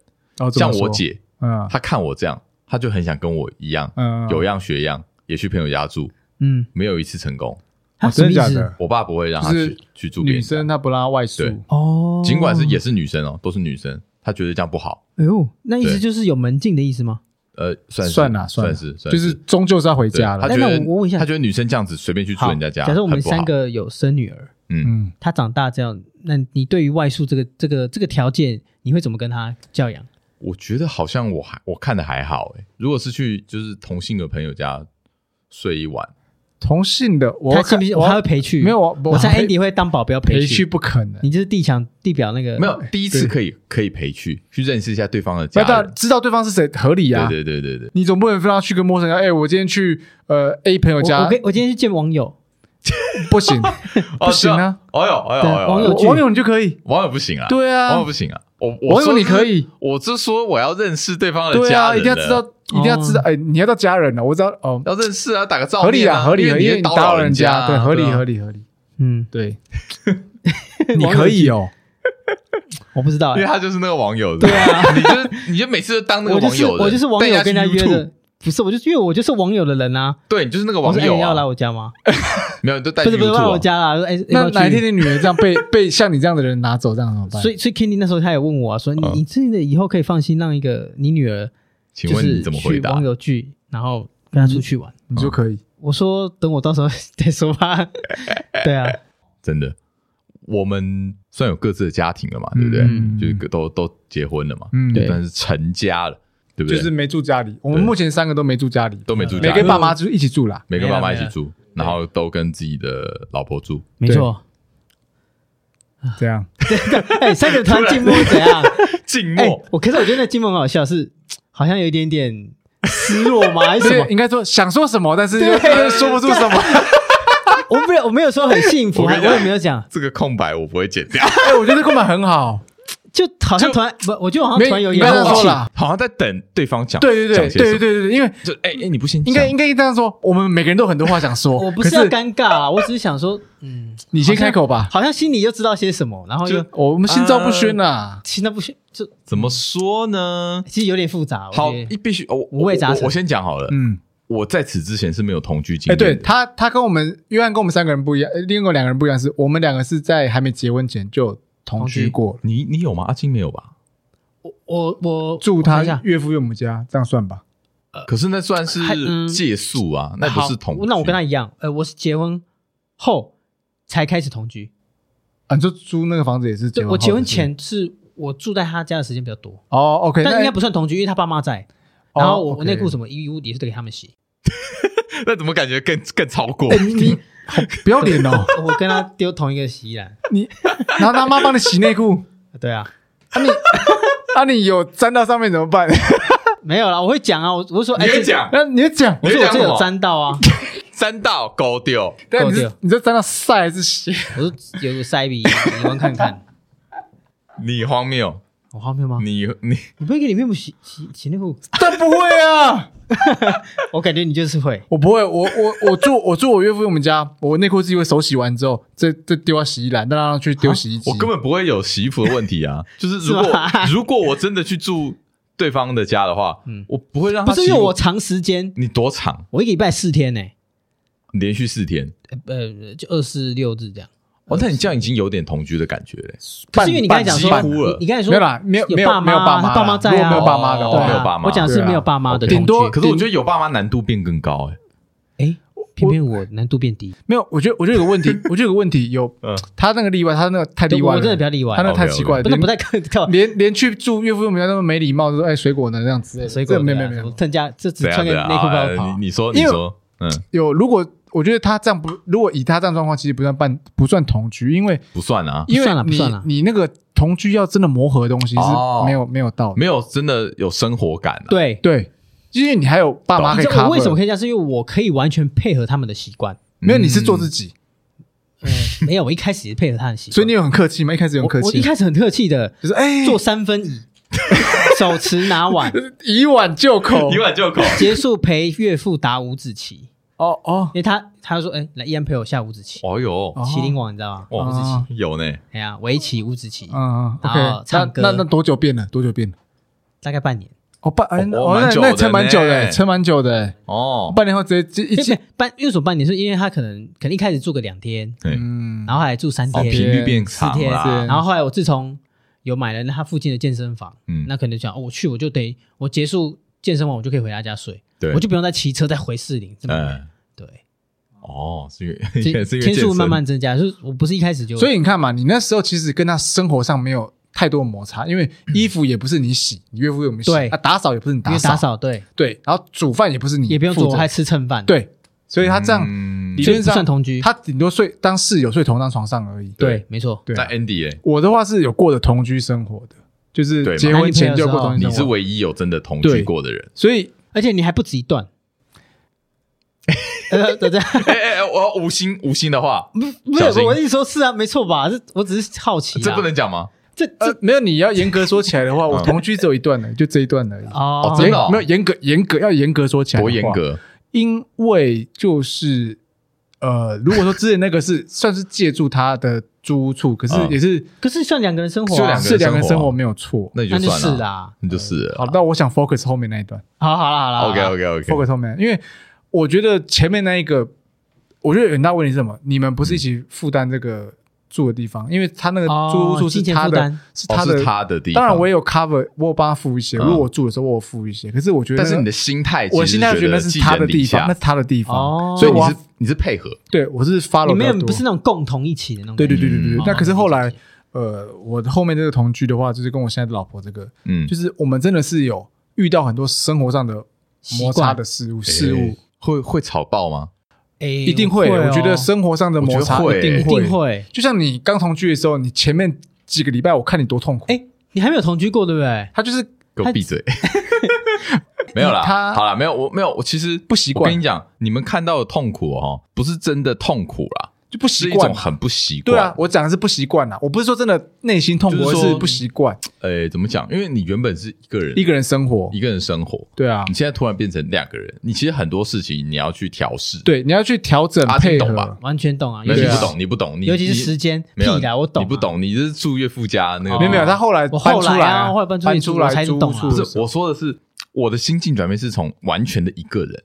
B: 哦，怎么
C: 像我
B: 说，
C: 姐，
B: 嗯
C: 她看我这样，她就很想跟我一样，
B: 嗯，
C: 有样学样，也去朋友家住，
A: 嗯，
C: 没有一次成功。
A: 他
B: 哦
A: 什么
B: 真
A: 意
B: 的假
A: 思？
B: 的？
C: 我爸不会让她去、
B: 就是
C: 去住别
B: 女
C: 人家
B: 生她不拉外宿，
C: 对
A: 哦，
C: 尽管是也是女生哦，都是女生，她觉得这样不好。
A: 哎呦，那意思
C: 对
A: 就是有门禁的意思吗？
C: 呃，算是
B: 算啦
C: 算
B: 啦
C: 是，算
B: 就是终究是要回
C: 对
B: 家
C: 她
B: 了。
C: 觉
A: 那
C: 得
A: 那我问一下
C: 她觉得女生这样子随便去住
A: 好，
C: 人家家，
A: 假设我们
C: 很不好
A: 三，个有生女儿，
C: 嗯，
B: 嗯，
A: 她长大这样，那你对于外宿这个这个这个条件，你会怎么跟她教养？
C: 我觉得好像我还我看的还好诶、如果是去就是同性的朋友家睡一晚，
B: 同性的我
A: 她
B: 要
A: 信
B: 看
A: 不信？
B: 我
A: 她
B: 要
A: 会陪去？
B: 没有，我
A: 我猜
B: 陪
A: Andy 会当保镖
B: 陪去
A: 去。
B: 不可能。
A: 你就是地墙地表那个
C: 没有第一次
B: 对
C: 可以可以陪去去认识一下对方的家
B: 那当
C: 人
B: 然，知道对方是谁合理啊。
C: 对对对对对，
B: 你总不能让他去跟陌生人，哎，我今天去呃 A 朋友
A: 我
B: 家
A: 我跟我今天去见网友，
B: 不 行，不行
C: 这
B: 啊
C: 样！哎呦哎呦
A: 对
C: 哎呦，
A: 网
C: 哎
A: 友
C: 呦
A: 去
B: 网友你就可以，
C: 网友不行啊，
B: 对啊
C: 网友不行啊，我我
B: 网友
C: 说
B: 你
C: 是
B: 可，以，
C: 我是说我要认识对方的
B: 对
C: 家
B: 啊，
C: 人，
B: 一定要知道，，一定要知道，哎，你要到家人了，我知道哦，
C: 要认识啊，打个照
B: 合理
C: 面
B: 啊，合理，
C: 因
B: 合
C: 为
B: 理，因
C: 你
B: 为你
C: 会打
B: 打
C: 扰
B: 扰人
C: 家
B: 家，
C: 啊，
B: 对，合理，
C: 对啊
B: 合理， 合理，
A: 嗯，
B: 对，
A: 网
B: 你
A: 友
B: 可以
A: 去，
B: 哦，
A: 我不知道
C: 因为
A: 欸，
C: 他就是那个网友，
A: 对啊，
C: 你就是你就每次都当那个
A: 我就
C: 网
A: 是
C: 友的，
A: 我就是网友
C: 带
A: 跟
C: 人
A: 他
C: 家去
A: 约
C: YouTube，
A: 的，不是，我就是因为我就是网友的人啊，
C: 对，你就是那个
A: 我
C: 网
A: 说哎
C: 友
A: 你要来
C: 啊，
A: 我家吗？
C: 没有你就带
A: 不
C: 去
A: 是不是
C: YouTube，
A: 来我
C: 啊
A: 家啦，说哎，
B: 那
A: 要不
B: 哪
A: 要
B: 一
A: 去
B: 天的女人这样 被被像你这样的人拿走，这样怎么办？
A: 所以，所以 Kenny 那时候他也问我啊，说你、
C: 嗯
A: 你真的以后可以放心让一个你女儿，
C: 请
A: 就
C: 问
A: 是
C: 你怎么回
A: 去
C: 答
A: 网？友剧，然后跟她出去玩？
B: 你说可以，
A: 我说等我到时候再说吧。对啊，
C: 真的，我们虽然有各自的家庭了嘛，对不对？
B: 嗯
C: 就是都都结婚了嘛，
B: 嗯，
A: 对
C: 但是成家了，对不
B: 就
C: 对？
B: 是没住家里，我们
C: 对
B: 目前三个都没住家里，
C: 都没住
B: 每
C: 家，
B: 跟爸妈就一起住啦。
C: 没跟爸妈一起
A: 没了
C: 住，然后都跟自己的老婆住。
A: 没错。
B: 这样，
A: 哎、三个人突然静默是怎样？
C: 静
A: 哎、我可是我觉得那静默很好笑，是好像有一点点失落吗？还是什 么
B: 对，？应该说想说什么，但是
A: 对
B: 又又说不出什么。
A: 我没有，我没有说很幸福，啊
C: 我
A: 我
C: 跟你讲
A: 也没有讲，
C: 这个空白我不会剪掉，
B: 哎，我觉得根本很好，
A: 就好像
C: 就
A: 突然不，我就好像
B: 没
A: 突然有
B: 你
A: 点
B: 刚才
A: 默
B: 说
A: 契
B: 了啊
C: 好像在等对方 讲，
B: 对对对
C: 讲些什
B: 对对
C: 么，
B: 对对，因为
C: 就哎哎，你不信，
B: 应该应该这样说，我们每个人都很多话想说，
A: 我不
B: 可是
A: 是要尴尬、啊，我只是想说，嗯，
B: 你先开口 吧，
A: 好像心里又知道些什么，然后又
C: 就
B: 我们心照不宣啊呐。
A: 其实那不是就
C: 怎么说呢？
A: 其实有点复杂。我
C: 好
A: 觉得，
C: 必须哦我
A: 五味杂
C: 我
A: 陈
C: 我先讲好了，
B: 嗯，
C: 我在此之前是没有同居经
B: 哎，
C: 验的，
B: 对他，他跟我们约翰跟我们三个人不一样，呃另外两个人不一样，是我们两个是在还没结婚前就有同居过了，
C: 你你有吗？阿金没有吧？
A: 我我我
B: 住
A: 我看
B: 他
A: 一下，
B: 岳父岳母家，这样算吧？
C: 可是那算是
A: 呃还嗯
C: 借宿啊，那不是同居
A: 好。那我跟他一样，呃，我是结婚后才开始同居，
B: 啊，你就租那个房子也是结
A: 对
B: 婚后
A: 我
B: 的事？
A: 结婚前是我住在他家的时间比较多，
B: 哦，OK，
A: 但
B: 那
A: 应该不算同居，因为他爸妈在。
B: 哦
A: 然后我
B: OK
A: 我内裤什么衣物也是都给他们洗，
C: 那怎么感觉更更超过？
B: 哎你好不要 脸哦，
A: 我跟他丢同一个洗衣篮。
B: 你然后他妈帮你洗内裤，
A: 对啊，
B: 啊，你有粘到上面怎么 办？
A: 没有啦，我会讲啊，我我会说，哎，
C: 你会
A: 这
C: 讲
B: 那你就讲，
A: 我说
C: 你
A: 我
C: 会讲
A: 这
C: 什
A: 有
C: 么
A: 沾 到啊，
C: 三道勾丢，
B: 但你是
A: 掉
B: 你这粘到晒还是血？
A: 我说有有塞鼻，你们看看，
C: 你荒谬，
A: 我荒谬吗？
C: 你你
A: 你不会给你妹夫洗洗洗内裤？
B: 但不会啊，
A: 我感觉你就是会，
B: 我不会，我我我住我住我岳父我们家，我内裤自己会手洗完之后，再再丢到洗衣篮，再让他去
A: 啊
B: 丢洗衣机。
C: 我根本不会有洗衣服的问题 啊！就是如
A: 是
C: 果
A: 吧
C: 如果我真的去住对方的家的话，
A: 嗯
C: 我不会让他
A: 不是因为
C: 洗衣服
A: 我长时间，
C: 你多长？
A: 我一个礼拜四天呢，
C: 你连续四天，
A: 呃，就二四六日这样。
C: 哦，那你这样已经有点同居的感觉嘞。
A: 可是因为你刚才讲说，
C: 半半几乎了
A: 你你刚才说
B: 没有啦，没有没有
A: 爸
B: 没有爸
A: 妈，他
B: 妈啦，
A: 爸妈在
B: 如果
A: 啊，
B: 没有爸妈的
A: 对
C: 哦
A: 啊
C: 没有
B: 话，
C: 爸妈
A: 我讲的是没有爸妈的同居，
B: 顶多
C: 可是我觉得有爸妈难度变更高哎。
A: 哎，偏偏我难度变低，
B: 没有。我觉得我觉得有个 问题，我觉得有个问题有
C: 嗯，
B: 他那个例外，他那个太例
A: 对
B: 外
A: 我
B: 了，
A: 真的比较例外
B: 他，那个太
C: OK，OK
B: 奇怪了，
A: 不能
B: 连
A: 不太看跳
B: 连连去住岳父岳母家那么没礼貌，说哎水果呢这样子类的，
A: 水果
B: 这
A: 的啊，
B: 没有没有没有，
A: 趁家这只
C: 对啊
A: 穿个
C: 对啊
A: 内裤包
C: 啊
A: 跑，
C: 你你说你
B: 因为
C: 说，嗯，
B: 有，如果我觉得他这样不，如果以他这样状况，其实不算半不算同居，因为
C: 不算啊，
B: 因为
A: 算了不
B: 你
A: 算了
B: 你那个同居要真的磨合的东西是
C: 哦
B: 没有、没有到的，
C: 没有真的有生活感啊。
A: 对。
B: 对，因为你还有爸妈
A: 你
B: 可以
A: 知道
B: cover，
A: 我为什么可以这样？是因为我可以完全配合他们的习惯。
C: 嗯，
B: 没有你是做自己，
A: 嗯， 没有，我一开始也配合他的习惯，
B: 所以你有很客气吗？一开始有很
A: 我
B: 客
A: 我
B: 气，
A: 一开始很客 气的，
B: 就是哎，
A: 做三分椅，手持拿碗，
B: 以碗就口，
C: 一碗就口，
A: 结束陪岳父打五子棋，
B: 哦哦
A: 因为他他说，哎、来依然陪我下五子棋，
C: 哦哟，
B: 哦
A: 麒麟王你知道吗？
C: 哇
A: 五子棋
B: 哦，
C: 有呢，
A: 哎呀，围棋、五子棋，
B: 嗯嗯
A: 然
B: ，OK，
A: 后唱歌
B: 那那那多久变了？多久变了？
A: 大概半年，
B: 哦半哎
C: 哦
B: 那
C: 蛮
B: 那
C: 久的
B: 那撑蛮久的，
C: 呢
B: 撑蛮久的，欸
C: 哦，
B: 半年后直接一
A: 因为
B: 起，
A: 半因为什么半年？是因为他可能可能一开始住个两天，
C: 对
B: 嗯
A: 然后后来住三
C: 哦，
A: 天，
C: 频率变
A: 四
C: 长
A: 天，
C: 啦
B: 是，
A: 然后后来我自从有买了他附近的健身房，
C: 嗯
A: 那可能就想哦，我去我就得我结束健身完我就可以回他家睡，
C: 对
A: 我就不用再骑车再回士林，这么远
C: 嗯，
A: 对，
C: 哦，是因为 应该是因为健
A: 天数
C: 身
A: 慢慢增加，就是我不是一开始就
B: 所以你看嘛，你那时候其实跟他生活上没有太多的摩擦，因为衣服也不是你洗，你岳父岳母洗，
A: 对
B: 啊，打扫也不是你
A: 因
B: 打
A: 为
B: 扫，
A: 打扫对，
B: 对，然后煮饭也不是你
A: 也不用
B: 负
A: 做，
B: 责
A: 我还吃蹭饭，，
B: 对，所以他这样
C: 嗯
B: 理
A: 所以
B: 论
A: 不
B: 上
A: 算同居，
B: 他顶多睡当室友睡同张床上而已。
A: 对，没错，
B: 对啊
C: 那，Andy 哎，
B: 我的话是有过的同居生活的，就是
C: 对嘛
B: 结婚前就有过
A: 那
B: 同居
C: 你是
B: 生活，
C: 唯一有真的同居
B: 对
C: 过的人。
B: 所以
A: 而且你还不止 一段， 呃，对对，
C: 哎哎哎，我要无心无心的话，
A: 不
C: 小
A: 是
C: 心
A: 我的意思说，是啊，没错吧？这我只是好奇啊，
C: 这不能讲吗？
A: 这这
B: 呃没有你要严格说起来 的话，我
C: 嗯
B: 同居只有一段的，就这一段而已。
A: 哦
C: 哦，真的
B: 没有严格严格要严格说起来，
C: 多严格
B: 因为就是呃，如果说之前那个是 算是借住他的租屋处，可是
C: 嗯
B: 也是
A: 可是算两个人生活啊，
C: 就
B: 是
C: 两个人
B: 两个人
C: 生
B: 生
C: 活
B: 活没有错。
C: 那你
A: 那
C: 就
A: 就
C: 算
A: 是
C: 了，
A: 啦，
C: 那就是了
B: 好，那我想 focus 后面那一段
A: 好，好了，好了
C: OK OK OK，
B: ，focus 后面，因为我觉得前面那一个，我觉得有很大问题是什么？你们不是一起负担这个住的地方，因为他那个
A: 哦
B: 租屋处是
A: 金钱
B: 他
A: 负
B: 的
A: 担，
B: 是
C: 哦
B: 他的
C: 是。他的地方，
B: 当然，我也有 cover，我有帮他付一些。
C: 嗯
B: 如果我住的时候，我有付一些。可是我觉得
C: 但
B: 那个，
C: 是你的心态，
B: 我现在觉得那是他的地方，那是他的地
A: 哦
B: 方，所
C: 所
B: 以
C: 以你
B: 我
C: 是你是配合，
B: 对我是 follow
A: 你们也
B: 比较多
A: 不是那种共同一起的那种
B: 对
A: 感觉，
B: 对对对对
C: 嗯
B: 对。
A: 哦
B: 那可是后来
A: 理解，
B: 呃，我后面这个同居的话，就是跟我现在的老婆这个，
C: 嗯，
B: 就是我们真的是有遇到很多生活上的摩擦
A: 习惯
B: 的事物事物
C: 哎，会会吵爆吗？
A: 哎，
B: 一定
A: 会
B: 会。
A: 哦，
B: 我觉得生活上的摩擦
C: 我觉得
B: 一
C: 会
B: 定
A: 一定。会。
B: 就像你刚同居的时候，你前面几个礼拜，我看你多痛苦。
A: 哎，你还没有同居过对不对？
B: 他就是
C: 给我 闭嘴！ 没有啦，
B: 他
C: 好啦，没有我没有我其实不
B: 习惯
C: 我跟你讲，你们看到的痛苦哦，不是真的痛苦啦，
B: 就不
C: 是
B: 习
C: 一
B: 惯
C: 种。很不习惯。
B: 对啊，，我讲的是不习惯啦，我不是说真的内心痛苦，
C: 就
B: 而
C: 是说
B: 是不习惯
C: 诶，怎么讲？因为你原本是一个人
B: 一个人生活
C: 一。个人生活，
B: 对啊
C: 你，现在突然变成两个人，你其实很多事情你要去调试。，
B: 对，你要去调整
C: 啊
B: 配
C: 听懂
B: 合
C: 吧。
A: 完全懂啊，
C: 那
A: 尤其
C: 你
B: 对啊
C: 不
A: 是
C: 懂，你不懂，你
A: 尤其是
C: 你
A: 时间，
C: 没
A: 屁
C: 有
A: 啦，我懂啊，
C: 你不懂，你是住岳父家那个
A: 哦
B: 没有没有，他后来
A: 我
B: 搬
A: 后
B: 出
A: 来
B: 来
A: 啊，后来搬出
B: 搬
A: 出
B: 出来
A: 才
B: 租
A: 懂
B: 住
A: 啊
C: 不。是我说的是我的心境转变是从完全的一个人，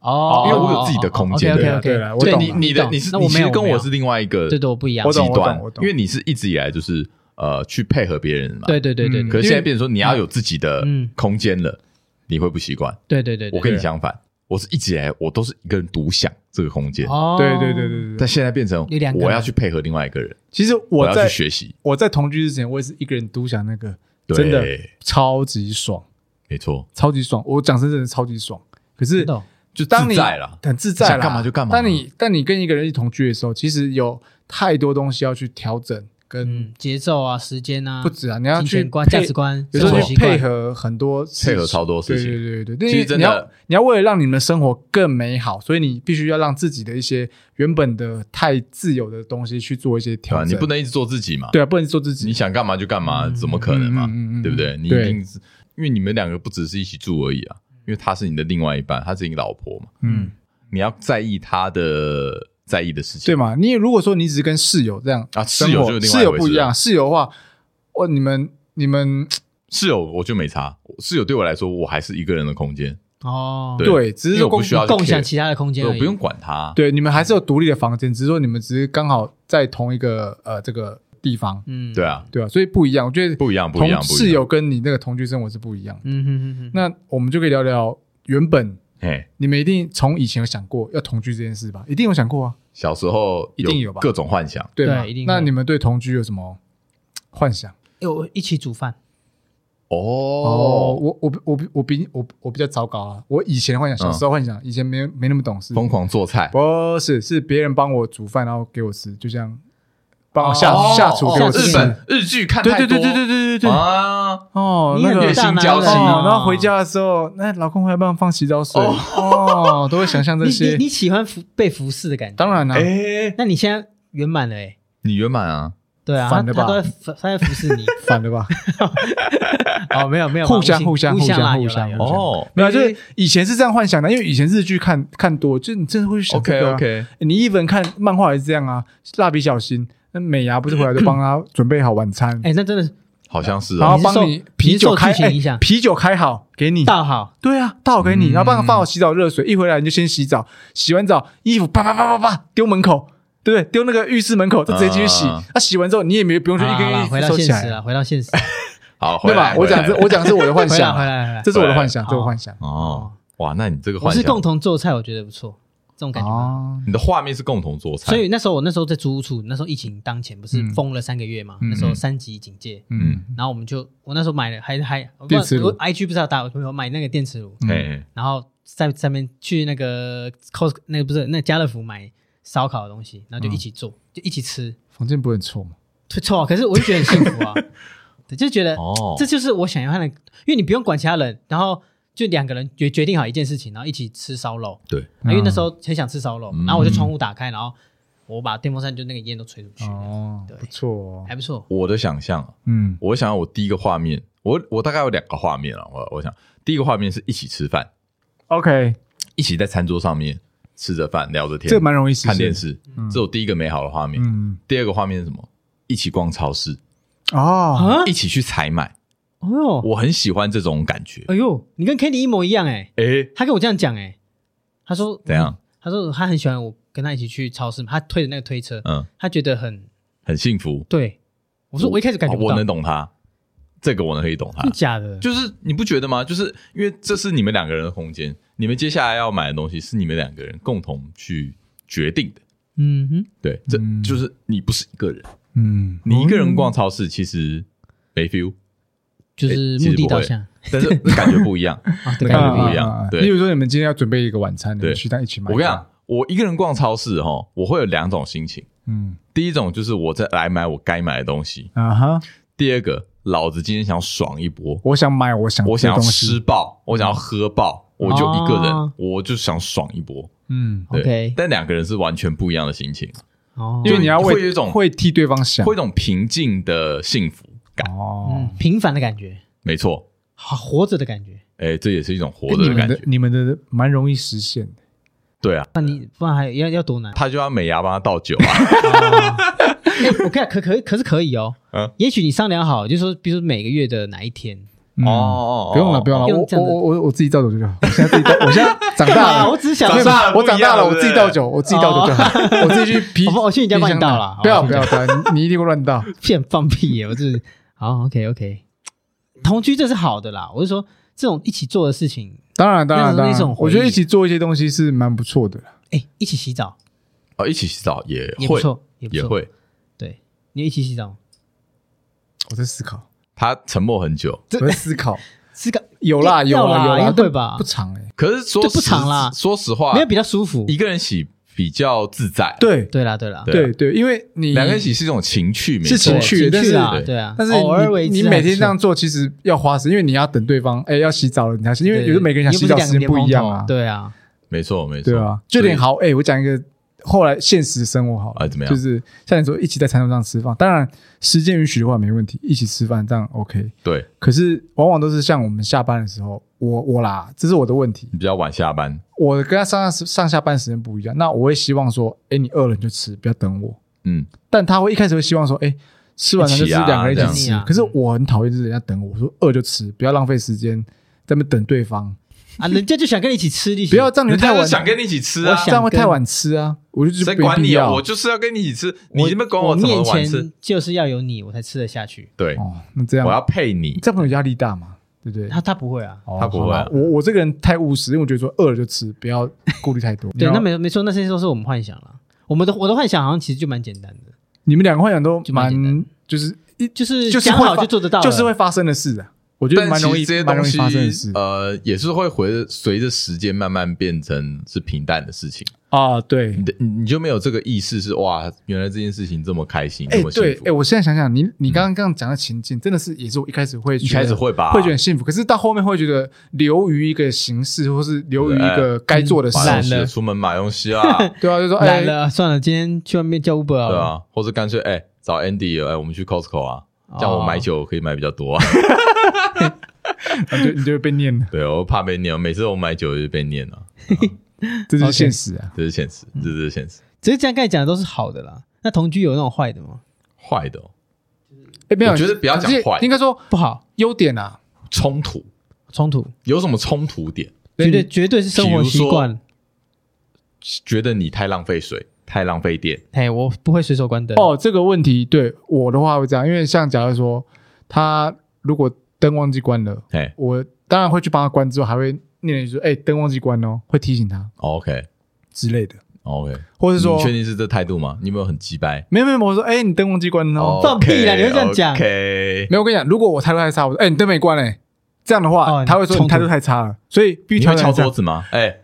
A: 哦，
C: 因为我有自己的空间
A: 对
C: 对
B: 啊对啊我
A: 对
B: 懂
A: 你
C: 你
B: 了
C: 你的
A: 懂
C: 你是
A: 那
C: 你
A: 我
C: 其
A: 没有
C: 实跟
A: 没有
C: 我是另外一个
A: 对对，我不一样
B: 我。懂
C: 极端
B: 我，懂
C: 因为你是一直以来就是呃去配合别人嘛。
A: 对对对对
B: 嗯
C: 可
A: 对
C: 是现在变成说你要有自己的
A: 嗯
C: 空间了，你会不习惯。
A: 对对对，对
C: 我跟你相反，我是一直以来我都是一个人独享这个空间，
A: 哦，
B: 对对对对对对
C: 但。现在变成
A: 有两个人
C: 我要去配合另外一个人，
B: 其实
C: 我
B: 我
C: 要
B: 在
C: 去学习。
B: 我在同居之前，我也是一个人独享那个，
C: 对
B: 真的超级爽，
C: 没错，
B: 超级爽。我讲真真的超级爽。可是
A: 真的哦
C: 就
B: 当
C: 自
B: 你
C: 在了。
B: 很自在啦，
C: 想干嘛就干嘛
B: 但你但你跟一个人一起同居的时候，其实有太多东西要去调整跟
A: 嗯，节奏啊，时间啊
B: 不，止啊，你要
A: 金
B: 去
A: 钱观、
B: 配
A: 价值观，
B: 有时
A: 生
B: 候
A: 活
B: 去
A: 习惯
B: 配，合很多事情
C: 配合超多事情
B: 对对对对，
C: 其实
B: 因为
C: 真
B: 你
C: 的
B: 要你要为了让你们的生活更美好，所以你必须要让自己的一些原本的太自由的东西去做一些
C: 对吧、
B: 调整。
C: 你不能一直做自己嘛，
B: 对啊，不能做自己
C: 你。想干嘛就干嘛，怎么可能
B: 嗯
C: 嘛？
B: 嗯嗯嗯
C: 对不对？你一
B: 对
C: 定是，因为你们两个不只是一起住而已啊，因为她是你的另外一半，她是你老婆嘛，
B: 嗯，
C: 你要在意她的在意的事情。
B: 对嘛？你如果说你只是跟室友这样
C: 啊
B: 生
C: 室友
B: 活
C: 就是另外
B: 室友
C: 一回
B: 不
C: 事
B: 一样，室友的话，哦，你们你们
C: 室友我就没差，室友对我来说，我还是一个人的空间，
A: 哦，
C: 对
B: 对，只是
C: 因为
B: 说
C: 我不
B: 公
C: 需要
A: 共享
C: care
A: 其他的空间
C: 对，
A: 而
C: 我
A: 已，
C: 不用管他。
B: 对你们还是有独立的房间，只是说你们只是刚好在同一个呃这个地方，
A: 嗯，
C: 对，啊，
B: 对啊，所以不一样。我觉得
C: 不一样，不
B: 同
C: 一样，不一样。
B: 室友跟你那个同居生活是不一样的。
A: 嗯哼哼哼，
B: 那我们就可以聊聊原本
C: 哎，
B: 你们一定从以前有想过要同居这件事吧？一定有想过啊，
C: 小时候
B: 一定有吧
C: 各种幻想，
B: 对吧？
A: 对一定
B: 那
A: 会
B: 你们对同居有什么幻想？
A: 哎我一起煮饭，
B: 哦，
C: 哦，
B: 我我我我比我我比较糟糕啊！我以前的幻想，小时候幻想，以前没没那么懂事，
C: 疯狂做菜，
B: 不是是别人帮我煮饭，然后给我吃，就这样帮
A: 哦
B: 下
A: 哦
B: 下厨给我
A: 下厨
B: 吃
C: 日。本日剧看
B: 对
C: 太
B: 对
C: 多，
B: 对对对对对对，
C: 啊，
B: 哦，
A: 你
B: 那
A: 很
B: 个
C: 月
A: 大
C: 薪
A: 男
C: 交
A: 人
C: 心
B: 哦
A: 啊，
B: 然后回家的时候，那老公会帮我放洗澡水
C: 哦
B: 哦，都会想象这
A: 你你
B: 些。
A: 你喜欢服被服侍的感觉，
B: 当然啊啦，
C: 哎，
A: 那你现在圆满了哎，
C: 你圆满啊，
A: 对啊，他
B: 反了
A: 他
B: 吧
A: 都在服他在服侍你，
B: 反了 吧？
A: 哦，没有没有，
B: 互相
A: 互
B: 互相
A: 互
B: 互相
A: 啦
B: 互
A: 有啦
B: 相
A: 有啦
B: 互相
C: 哦
B: 没有，就是以前是这样幻想的，因为以前日剧看看多，就你真的会去想这
C: ，OK
B: 个啊。
C: OK，
B: 你 even 看漫画也是这样啊，蜡笔小新那美伢不是回来就帮他准备好晚餐，
A: 哎，那真的是
C: 好像是
B: 然
C: 啊
B: 后，帮
A: 你
B: 你
A: 是受
B: 啤酒开
A: 你是受剧情
B: 哎
A: 影响
B: 啤酒开好给你。
A: 倒好，
B: 对啊，倒好给你，
C: 嗯
B: 然后帮他放好洗澡热水，一回来你就先洗澡，洗完澡衣服啪啪啪啪啪丢门口，对不对？丢那个浴室门口，就直接进去洗。
C: 啊
B: 啊，洗完之后你也没不用去一
A: 好
B: 根
A: 啦
B: 一
A: 回
B: 根
A: 到
B: 收
A: 现
B: 起来
A: 实，了，回 到现实，
C: 好，
B: 对
C: 回来
B: 吧？我讲
C: 回
B: 这
C: 来
B: 我讲是我的幻
A: 回来
B: 想
A: 回，来回
C: 哎
A: 来，
B: 这是我的幻想，这是我的幻想。
C: 哦，哇，那你这个
A: 我
C: 幻
A: 是共
C: 想，
A: 同做菜，我觉得不错，这种感觉蛮好。
B: 哦，
C: 你的画面是共同做菜，
A: 所以那时候我那时候在租屋处，那时候疫情当前不是
B: 嗯
A: 封了三个月嘛，
B: 嗯
A: 那时候三级警戒，
B: 嗯，
A: 然后我们就我那时候买了还还我
B: 电磁炉
A: 我 IG 不知道打我朋友买那个电磁炉，
B: 嗯
C: 哎，
A: 然后在上面去那个 cos 那个不是那个家乐福买烧烤的东西，然后就一起做，
B: 哦
A: 就一起吃，
B: 房间不会很臭吗？
A: 错错、可是我就觉得很幸 福啊，对，就觉得、
C: 哦
A: 这就是我想要的，因为你不用管其他人，然后就两个人决决定好一件事情，然后一起吃烧肉，
C: 对，
A: 啊因为
B: 嗯
A: 那时候很想吃烧肉，
C: 嗯
A: 然后我就窗户打开，然后我把电风扇就那个烟都吹出去，
B: 哦，
A: 对
B: 不错哦
A: 还，不错。
C: 我的想象啊，
B: 嗯
C: 我想要我第一个画面，我我大概有两个画面啊，我我想第一个画面是一起吃饭，
B: ，OK，
C: 一起在餐桌上面吃着饭聊着天，
B: 这个蛮容易实现
C: 看电视，这是我第一个美好的画面。
B: 嗯，
C: 第二个画面是什么？一起逛超市，
B: 哦，
A: 啊，哎哎
C: 一起去采买，
A: 呦，
C: 我很喜欢这种感觉。
A: 哎呦，你跟 k a t i e 一模一样哎、
C: 诶，
A: 他跟我这样讲哎、他说
C: 怎样？
A: 他说他很喜欢我跟他一起去超市，他推的那个推车，
C: 嗯，
A: 他觉得很
C: 很幸福。
A: 对。我说我一开始感觉
C: 哦
A: 不
C: 我
A: 到，
C: 能
A: 真
C: 懂他，这个我能可以懂他
A: 的。假的？
C: 就是你不觉得吗？就是因为这是你们两个人的空间，你们接下来要买的东西是你们两个人共同去决定的。
A: 嗯哼，
C: 对，这
B: 嗯
C: 就是你不是一个人，
B: 嗯，
C: 你一个人逛超市其实没 feel，
A: 就是
C: 诶其实
A: 目的
C: 不
A: 导
C: 会
A: 向
C: 但是感觉不一 样。
A: 啊，对，
C: 那感
A: 感觉
C: 觉
A: 不
C: 不
A: 一
C: 一
A: 样。
C: 样
B: 啊啊啊
C: 对
B: 例如说，你们今天要准备一个晚餐，你们
C: 对
B: 去但一起买。
C: 我跟你讲，，我一个人逛超市哈，我会有两种心情。
B: 嗯
C: 第一种就是我在来买我该买的东西，
B: 啊哈，
C: 第二个老子今天想爽一波，
B: 我想买，我想
C: 我想要
B: 这东西
C: 吃，爆，我想要喝爆，我就一个人，
A: 哦
C: 我就想爽一波。
B: 嗯，
C: 对
A: OK
C: 但两个人是完全不一样的心情，
A: 哦，
B: 因为你要
C: 会有
B: 为
C: 一种
B: 会替对方想
C: 会有一种平静的幸福感。
B: 哦
A: 嗯，，平凡的感觉，
C: 没错，
A: 好活着的感觉。
C: 哎，这也是一种活
B: 哎
C: 着
B: 你
C: 的
B: 们
C: 感
B: 的
C: 觉。
B: 你们的蛮容易实现的，
C: 对啊，
A: 那你不然还要要多难？
C: 他就要美牙帮他倒酒啊。
A: 哎我看可可可是可以哦
C: 嗯。
A: 也许你商量好，就是说，比如说每个月的哪一天。
B: 嗯
C: 哦哦哦，
B: 不用了，不用了，
A: 用
B: 我
A: 这样
B: 我
A: 的
B: 我我我自己倒酒就好。我现在自己倒，我现在长大
A: 啊，
B: 了
A: 我，只是想
B: 没
C: 长
B: 有
C: 大了
B: 我长大了，
C: 不一样
B: 我自己倒酒，我自己倒酒就好，哦 我自己去啤
A: 好吧我去你家帮你倒啦哦
B: 啤酒
A: 好吧
B: 不要不要不要，你你一定会乱倒。
A: 骗放屁耶！我就是好 OK OK，同居这是好的啦。我是说这种一起做的事情，
B: 当然当
A: 那
B: 然
A: 种
B: 当
A: 那种
B: 然，
A: 回
B: 我
A: 忆
B: 觉得一起做一些东西是蛮不错的。
A: 哎、一起洗澡
C: 哦，一起洗澡也
A: 也不
C: 会，
A: 错，也不
C: 也
A: 错。
C: 会。
A: 对，你一起洗澡，
B: 我在思考，
C: 他沉默很久，
B: 我在思 考，
A: 是个
B: 有啦
A: 要
B: 有
A: 啦
B: 啦有
A: 要
B: 啦，
A: 会
B: 但
A: 吧
B: 不长哎，
C: 可是说
A: 这不
C: 实
A: 长啦
C: 说实话
A: 没有，比较舒服
C: 一。个人洗比较自在，，
B: 对
A: 对啦对啦，
C: 对啊
B: 对对，因为你
C: 两个人一起是一种情趣，没
B: 是
C: 错
B: 情趣
A: 对
B: 但是
A: 啦，
C: 对
A: 对啊，
B: 但是
A: 偶尔为
B: 你
A: 之
B: 你
A: 还
B: 每
A: 不
B: 天
A: 错
B: 这样做，其实要花时间，因为你要等对方，哎，要洗澡了，你才洗，因为有时候每个人想洗澡时间不一样啊，
A: 对啊，
C: 没错，没错，
B: 对啊，就连好，哎，我讲一个后来现实生活好了，
C: 啊怎么样
B: 就是像你说一起在餐桌上吃饭，当然时间允许的话没问题，一起吃饭这样 OK。
C: 对，
B: 可是往往都是像我们下班的时候，我我啦，这是我的问题，
C: 你比较晚下班，
B: 我跟他上下上下班时间不一样，那我会希望说，哎，你饿了你就吃，不要等我。
C: 嗯，
B: 但他会一开始会希望说，哎、吃完了就
C: 一
B: 吃
C: 起啊
B: 两个人一起
A: 这样
B: 吃。
A: 子啊
B: 可是我很讨厌就是人家等我，我说饿就吃，不要浪费时间在那边等对方，
A: 啊，人家就想跟你一起吃，你
B: 不要这样你
C: 人
B: 们太
C: 家就
B: 晚，
C: 想跟你一起吃
A: 我
C: 啊
A: 想，
B: 这样会太晚吃啊，我就觉得
C: 谁
B: 没
C: 管
B: 必
C: 你啊？
B: 要。
C: 我就是要跟你一起吃，你
A: 我
C: 这边管我怎么
A: 面
C: 晚吃
A: 前？就是要有你，我才吃得下去。
C: 对，
B: 哦，那这样
C: 我要配你，
B: 这样朋友压力大嘛，对不对？
A: 他他不会啊，
B: 哦
C: 他不会啊
B: 好吧我我这个人太务实，因为我觉得说饿了就吃，不要顾虑太多。你
A: 对，那
B: 要
A: 没没错，那些都是我们幻想了。我们的我的幻想好像其实就蛮简单的，
B: 你们两个幻想都
A: 就蛮
B: 蛮
A: 简单
B: 就是一
A: 就是
B: 就是
A: 讲
B: 会
A: 好
B: 发
A: 就做得到了，
B: 就是会发生的事啊，我觉得
C: 但
B: 蛮
C: 其
B: 容
C: 实
B: 易
C: 这些
B: 蛮容
C: 东
B: 易
C: 西
B: 发生的事，
C: 呃，也是会回随着时间慢慢变成是平淡的事情。
B: 啊。对
C: 你，的你你就没有这个意识是哇，原来这件事情这么开心，
B: 哎、
C: 这么幸
B: 对，哎、
C: 福。嗯
B: 我现在想想，你你刚刚这样讲的情境，真的是也是我一开始会
C: 一
B: 觉得
C: 开始会吧，
B: 会觉得很幸福，可是到后面会觉得流于一个形式，或是流于一个该做的事，
C: 马
A: 懒
C: 东西啊
A: 了
C: 出门买 东西啊，
B: 对啊，就说哎
A: 懒，了，算了，今天去外面叫 Uber 好
C: 对
A: 了。
C: 啊，或者干脆哎找 Andy，哎我们去 Costco 啊，
B: 哦
C: 这样我买酒可以买比 较多啊。
B: 你就你就会被念了，
C: 对，我怕被念，每次我买酒就被念了，
B: 这就是
A: OK
B: 现实啊。
C: 这是现实，这是现实。
A: 只是这样刚才讲的都是好的啦。那同居有那种坏的吗？
C: 坏的哦
B: 哎，没有，
C: 我觉得不要讲坏
B: 这些应该说
A: 不好，
B: 优点啊。
C: 冲突
A: 冲突，
C: 有什么冲突点？
A: 绝对
B: 对
A: 绝对是生活习惯。
C: 觉得你太浪费水，太浪费电，
A: 哎，我不会随手关灯。，
B: 哦，这个问题对我的话会这样，因为像假如说他如果灯忘记关了，
C: 哎
B: 我当然会去帮他关，之后还会念一句说，哎，灯忘记关哦，会提醒他
C: ，OK
B: 之类的，
C: OK，
B: 或者说
C: 嗯你确定是这态度吗？你有没有很鸡掰？
B: 没有没有，我说哎，你灯忘记关了哦，
A: 放屁啦你会这样讲
C: OK，
B: 没有，我跟你讲，如果我态度太差，我说哎、你灯没关嘞、这样的话，
A: 哦
B: 他会说
A: 冲
B: 你
A: 突
B: 态度太差了，所以必须调
C: 你会
B: 整
C: 敲
B: 一下
C: 桌。子吗？哎，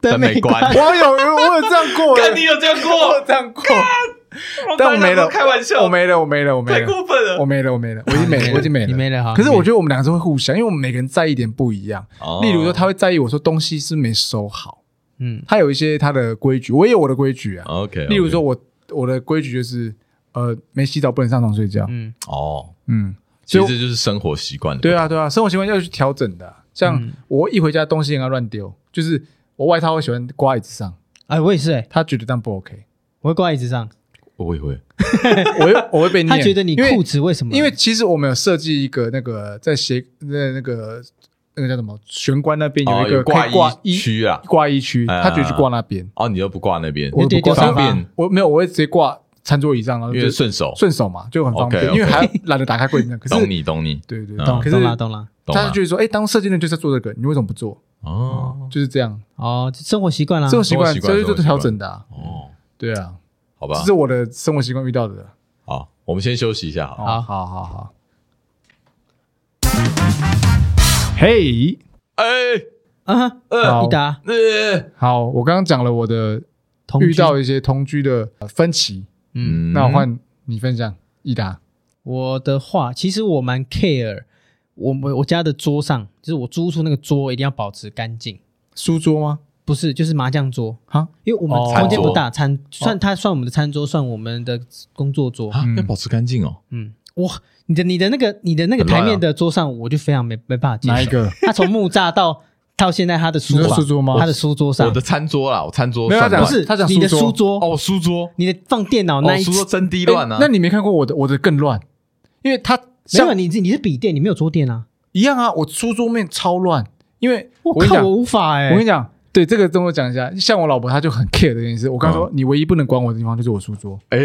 A: 灯
C: 没关
B: 我有我有这样过的，
C: 干你有这样
B: 我
C: 过？
B: 有这样过，但
C: 当
B: 我
C: 然
B: 没了，
C: 开玩笑，
B: 我没了，我没了，我没
C: 太
B: 了，
C: 过分
B: 我
C: 了。
B: 没了，我没了，我已经没了，我已经没
A: 啊你
B: 了。
A: 没了哈。
B: 可是我
A: 你
B: 觉得我们两个是会互相，因为我们每个人在意点不一样。
C: 哦
B: 例如说，他会在意我说东西是没收好，
A: 嗯，
B: 他有一些他的规矩，我也有我的规矩啊。
A: 哦
C: OK，
B: 例如说我我的规矩就是，呃，没洗澡不能上床睡觉。
A: 嗯
C: 哦，
B: 嗯，
C: 其
B: 所以
C: 实
B: 我
C: 这就是生活习惯的
B: 对啊，对啊，生活习惯要去调整的啊。像
A: 嗯
B: 我一回家东西应该乱丢，就是我外套会喜欢挂椅子上，
A: 哎，我也是哎，
B: 他觉得这样不 OK，
A: 我会挂椅子上。
C: 我也会，
B: 我会我会被念。
A: 他觉得你
B: 因为
A: 裤子为什么？
B: 因为其实我们有设计一个那个在鞋那那个那个叫什么玄关那边
C: 哦
B: 有一个可
C: 挂
B: 以挂
C: 衣
B: 衣
C: 区啊，
B: 挂衣区，
C: 嗯
B: 他觉得去挂那边，
C: 哦，你又不挂那边，
B: 我
A: 就
B: 不
A: 丢
B: 挂
A: 沙
C: 方
A: 发
C: 便，
B: 我没有，我会直接挂餐桌椅上，然后
C: 因为
B: 就
C: 顺手，
B: 顺手嘛，就很方便，
C: OK，OK
B: 因为还懒得打开柜子。可是
C: 懂你懂你
B: 对对，
C: 嗯
B: 对
A: 懂
B: 可
A: 懂啦
B: 是
A: 懂啦。
C: 懂
B: 他
C: 啊
B: 就觉得说，哎，当设计人就是在做这个，你为什么不做？
C: 哦
B: 就是这样，
A: 哦，生活习惯啦
B: 这。种习惯
C: 生活习惯
B: 这就是
C: 生活习惯
B: 调整的啊。
C: 哦，
B: 对啊，
C: 好吧
B: 这，是我的生活习惯遇到的。哦
C: 好，我们先休息一下好了，
A: 好
B: 好好好。嘿，
C: 哎，
A: 啊哈，
C: 呃，
B: 好
A: 一达
C: 呃
B: 好，我刚刚讲了我的
A: 同居
B: 遇到一些同居的呃分歧，
A: 嗯，
B: 那我换你分享，益达。
A: 我的话，其实我蛮 care，我我我家的桌上，就是我租出那个桌一定要保持干净，
B: 书桌吗？
A: 不是就是麻将桌，
B: 哈，
A: 因为我们
B: 哦
A: 空间不大，餐算它算我们的餐桌，算我们的工作桌，
C: 啊
B: 嗯
C: 要保持干净哦，
A: 嗯，哇，你的你的那个你的那个
C: 很乱啊
A: 台面的桌上，我就非常没没办法接
B: 哪一
A: 受，
B: 个？
A: 它从木栅到到现在他的书
B: 你说
A: 房，
B: 书桌吗
A: 他的书桌上
C: 我的餐桌啦，我餐桌
B: 啊没有
C: 算
B: 他讲
A: 不
C: 乱
A: 是
B: 他讲
A: 你的
B: 书
A: 书桌，
C: 哦，书桌，
A: 你的放电脑那
C: 哦，
A: 一
C: 书桌真低乱
B: 哎
C: 啊
B: 诶，那你没看过我的，我的更乱，因为它
A: 没有
B: 像
A: 你你是笔电，你没有桌垫啊，
B: 一样啊，我书桌面超乱，因为
A: 我
B: 跟你
A: 靠，
B: 讲，
A: 我
B: 我欸
A: 无法哎
B: 跟，你讲，对这个跟我讲一下，像我老婆她就很 care 这件事。我刚
A: 嗯
B: 说你唯一不能管我的地方就是我书桌，
C: 哎，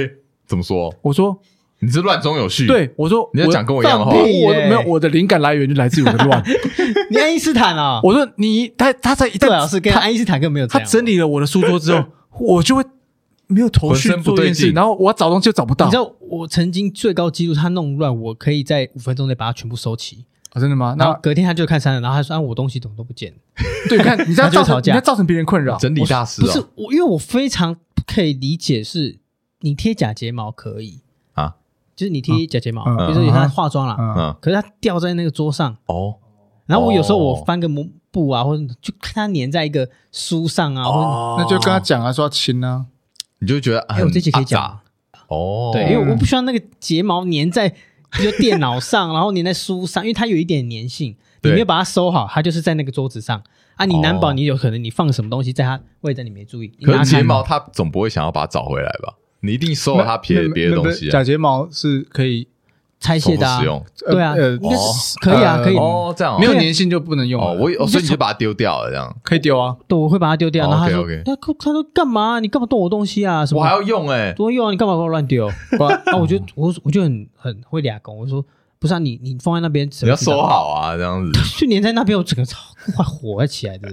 C: 怎么说？
B: 我说
C: 你是乱中有序，，
B: 对，我说
C: 你要
B: 我
C: 讲跟我一样的话
A: 放，屁
B: 我我
A: 耶
B: 没有我的灵感来源就来自于我的 乱。
A: 你爱因斯坦啊，
B: 我说你他他在一
A: 对
B: 旦
A: 老师跟
B: 他
A: 爱因斯坦根本没有这
B: 他
A: 样。啊
B: 整理了我的书桌之 后，我就会没有头绪
C: 浑身不
B: 做这
C: 对
B: 件事，
C: 劲
B: 然后我要找东西就找不到
A: 你知。道我曾经最高纪录，他弄乱，我可以在五分钟内把它全部收齐。
B: 啊真的吗？
A: 然后
B: 那
A: 隔天他就看删了，然后他说：“啊，我东西怎么都不见了
B: 对，看 你这样
A: 他就
B: 造成，
A: 吵
B: 你这
A: 架
B: 样造成别人困扰，
C: 整理大？”师
A: 不是
C: 哦
A: 我，因为我非常不可以理解，是你贴假睫毛可以
C: 啊，
A: 就是你贴假睫毛，
B: 嗯
A: 比如说有他化妆啦，
B: 嗯，
C: 嗯
A: 可是他掉在那个桌上，
C: 哦
A: 然后我有时候我
C: 哦
A: 翻个抹布啊，或者就看它粘在一个书上啊，或
C: 哦
B: 那就跟他讲啊，说要亲啊，
C: 你就会觉得
A: 者哎，
C: 哎
A: 我这集可以讲吗。
C: 哦，
A: 对，因为我不需要那个睫毛粘在比如电脑上，然后粘在书上，因为它有一点粘性，你
C: 对
A: 没有把它收好，它就是在那个桌子上啊。你难保
C: 哦
A: 你有可能你放什么东西在它位置，你没注意，你
C: 可
A: 拿
C: 是
A: 开
C: 睫毛它总不会想要把它找回来吧？你一定收了它别
B: 那
C: 哦别的东西
B: 那
C: 啊
B: 假，睫毛是可以，
A: 拆卸的
C: 重复
A: 啊
C: 使，用
B: 呃
A: 对啊，
B: 呃
A: 应该
C: 哦
A: 是可以啊，
B: 呃
A: 可以。
C: 哦，这样哦
B: 没有粘性就不能用
C: 哦，
B: 了
C: 我以哦，
A: 你就
C: 所以你就把它丢掉了这样，
B: 可以丢啊，
A: 对，我会把它丢掉。
C: 哦
A: 然后他说
C: OK，OK：“
A: 他他说干嘛？啊你干嘛动我东西啊？什么？
C: 我还要用哎，
A: 多用啊？你干嘛给我乱丢？” 啊
B: 不然
A: 然后我就我我就很很会俩拱，我说：“不是啊，你你放在那边，
C: 你要收，好啊，这样子。
A: 就粘在那边，我整个超快火起来的。”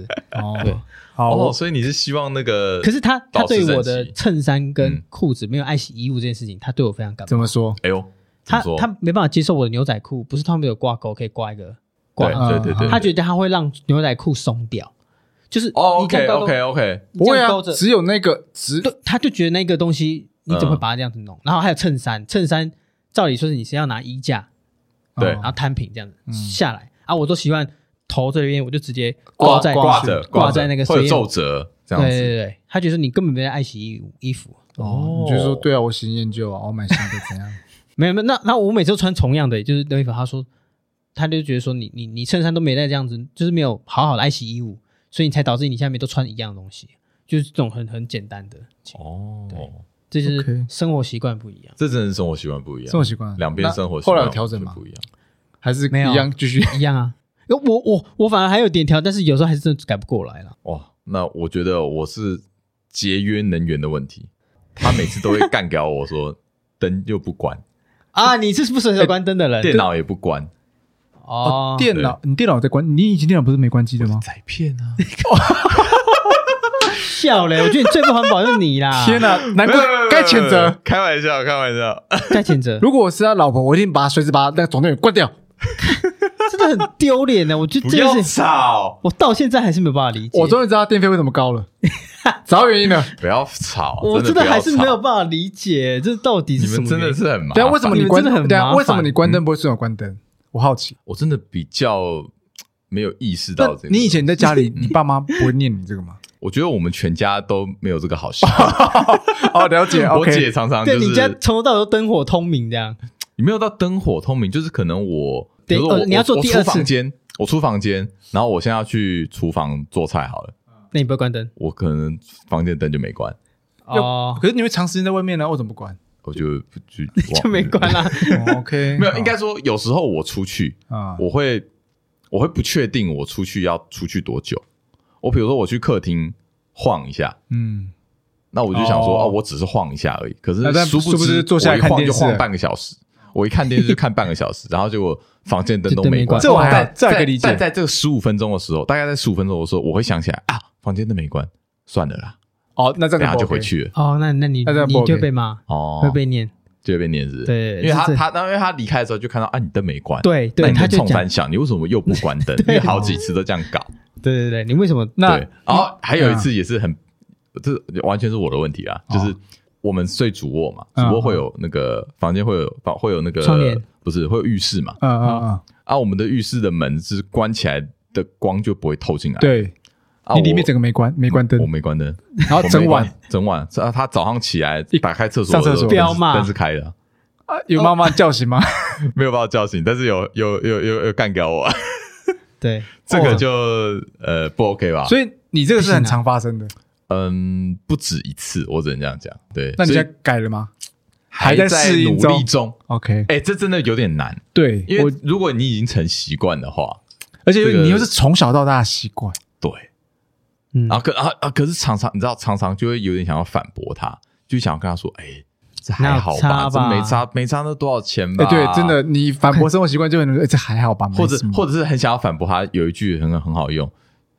A: 对
B: 哦，好，
C: 哦，
B: 我
C: 所以你是希望那个？
A: 可是他他
C: 保持
A: 对我
C: 整
A: 的
C: 齐
A: 衬衫跟
C: 嗯
A: 裤子没有爱惜衣物这件事情，他对我非常感
B: 怎
A: 冒。
B: 么说？
C: 哎呦，怎
A: 他
C: 么说
A: 他没办法接受我的牛仔裤，不是他们有挂钩可以挂一个挂
C: 对，
B: 嗯
C: 对对对对，
A: 他觉得他会让牛仔裤松掉，就是
C: 哦
A: 你
C: ，OK
A: 这样高勾
C: OK OK，
A: 你
B: 不
A: 这
B: 会
A: 样
B: 啊
A: 勾着，
B: 只有那个只啊
A: 对，他就觉得那个东西你怎么会
C: 嗯
A: 把它这样子弄？然后还有衬衫，衬衫照理说是你是要拿衣架，
C: 对
A: 然后摊平这样子、
B: 嗯
A: 下来啊，我都喜欢头这边我就直接挂在
C: 挂着
A: 挂在那个
C: 会有
A: 水
C: 皱褶这
A: 对
C: 样
A: 对对
C: 子。
A: 对，他觉得你根本没在爱惜衣服衣服。
B: 哦，你就说对啊，我新厌旧啊，我买新的怎 样？
A: 没有没有，那那我每次都穿同样的，就是等于他说，他就觉得说你你你衬衫都没在这样子，就是没有好好的爱惜衣物，所以你才导致你下面都穿一样的东西，就是这种很很简单的情况，
C: 哦，
A: 这就
B: OK
A: 是生活习惯不一样，
C: 这真的是生活习惯不一样，
B: 生活习惯啊
C: 两边生活习
B: 那后
C: 惯
B: 来有调整吗
C: 就不一样。
B: 还是
A: 没有
B: 一样继续？
A: 一样啊。呃我我我反而还有点调，但是有时候还是真的改不过来了。
C: 哇，哦那我觉得我是节约能源的问题，他每次都会干掉我说灯又不 关，
A: 啊，你是不随手关灯的人？
C: 电脑也不关，
A: 哦，
B: 电脑，你电脑在关，你以前电脑不是没关机的吗？
C: 在骗啊！
A: 笑嘞！我觉得你最不环保就是你 啦。
B: 天哪，难怪
C: 没有没有没有
B: 哎该谴
C: 没有没
B: 责
C: 有。开玩笑，开玩笑。
A: 戴谴责，
B: 如果我是他老婆，我一定把他随时把他那个总动员关掉。
A: 真的很丢脸的。我觉得
C: 不
A: 这
C: 要
A: 件事，
C: 吵，
A: 我到现在还是没有办法理解。
B: 我终于知道电费为什么高了， 找到原因 了。
C: 不要吵，
A: 我真
C: 哦的
A: 的
C: 不要
A: 还是没有
C: 吵。
A: 办法理解，这到底
C: 你
A: 是什
C: 们
A: 么
C: 真
A: 原
C: 的
A: 因？
C: 是很麻
B: 对
C: 烦。
B: 啊，为什么
A: 你
B: 你
A: 们
B: 关？
A: 真的很
B: 对啊，
A: 麻烦
B: 为什么你关灯不会顺手关灯？我好奇。
C: 我真的比较没有意识到
B: 那
C: 这个？
B: 你以前在家里，你爸妈不会念你这个 吗？
C: 我觉得我们全家都没有这个好习惯。
B: 哦，了解。
C: 我
B: OK，
C: 姐常常啊就
A: 对，你家
C: 是
A: 从头到尾都灯火通明这样，
C: 你没有到灯火通明，就是可能我，比如说
A: 对
C: 我
A: 呃你要做
C: 我
A: 第二
C: 我出房
A: 次
C: 间，我出房间，然后我现在要去厨房做菜好了，
A: 那你不要 关灯
C: 我可能房间灯就没关，
A: 哦，
B: 可是你会长时间在外面呢，我怎么不关
C: 我就 就
A: 就没关 啦。
B: 哦？OK，
C: 没有，应该说有时候我出去，
B: 好啊。
C: 我会我会不确定我出去要出去多久。我比如说我去客厅晃一下，
B: 嗯，
C: 那我就想说
B: 哦
C: 哦，我只是晃一下而已。可是
B: 啊但
C: 殊
B: 殊不
C: 不
B: 知
C: 知
B: 坐下来
C: 我一
B: 看
C: 晃
B: 电
C: 就
B: 视
C: 晃半个小时，我一看电视就看半个小时，然后结果房间灯都
A: 就灯
C: 没
A: 没
C: 关。
A: 关
B: 这我还好
C: 但
B: 这还可以
C: 但
B: 理解
C: 但在这个十五分钟的时候，大概在十五分钟的时候，我会想起来啊，房间灯没关，算了啦，
B: 哦，那这
C: 等
B: 样
C: 下
B: 不
C: 就
B: OK
C: 回。去了。
A: 哦，那那你
B: 那这样不
A: 你
B: OK
A: 就被骂，
C: 哦
A: 会，被念。
C: 就会被念是？
A: 对
C: 因为他
A: 这
C: 他，那因为他离开的时候就看到啊，你灯没关，
A: 对
C: 那
A: 对，
C: 你
A: 他
C: 们
A: 就
C: 冲
A: 讲
C: 三，响，你为什么又不关 灯？因为好几次都这样搞。
A: 对对对，你为什么？
B: 那嗯
C: 对，然后还有一次也是很，这完全是我的问题啊，就是我们睡主卧嘛，
B: 哦嗯
C: 主卧会有那个房间会有房会有那个
A: 窗帘，
C: 不是会有浴室嘛？
B: 嗯嗯嗯，
C: 啊，我们的浴室的门是关起来的，光就不会透进来。
B: 对，
C: 啊，
B: 你
C: 我
B: 里面整个没关，没关灯
C: 我，没关灯，
B: 然后
C: 我没
B: 整晚
C: 关整晚，啊，他早上起来
B: 一
C: 打开厕所
B: 上
C: 的时候，
B: 厕所
C: 灯是
A: 彪骂
C: 灯是开的啊，
B: 啊有妈妈叫 醒吗？
C: 没有把我叫醒，但是有有有有有干掉
B: 哦
C: 我啊，
A: 对，
C: 这个
A: 哦
C: 就呃不 OK 吧？
B: 所以你这个是很
C: 啊
B: 常发生的。
C: 嗯，不止一次，我只能这样讲。对，
B: 那你
C: 所以
B: 现在改了吗
C: 还
B: 在
C: 在
B: 适应
C: 努
B: 中
C: 力中，
B: ？OK，
C: 哎、这真的有点难，
B: 对，
C: 因为
B: 我
C: 如果你已经成习惯的话，
B: 而且
C: 这个
B: 你又是从小到大的习惯，
C: 对，
A: 嗯
C: 然后可啊啊，可是常常你知道，常常就会有点想要反驳他，就想要跟他说，哎、这还好
A: 哪有差
C: 这
A: 吧
C: 没差没差那多少钱吧？
B: 哎，对，真，的，你反驳生活习惯就很，哎这还好吧？
C: 或者或
B: 者
C: 者是很想要反驳他，有一句很很好用，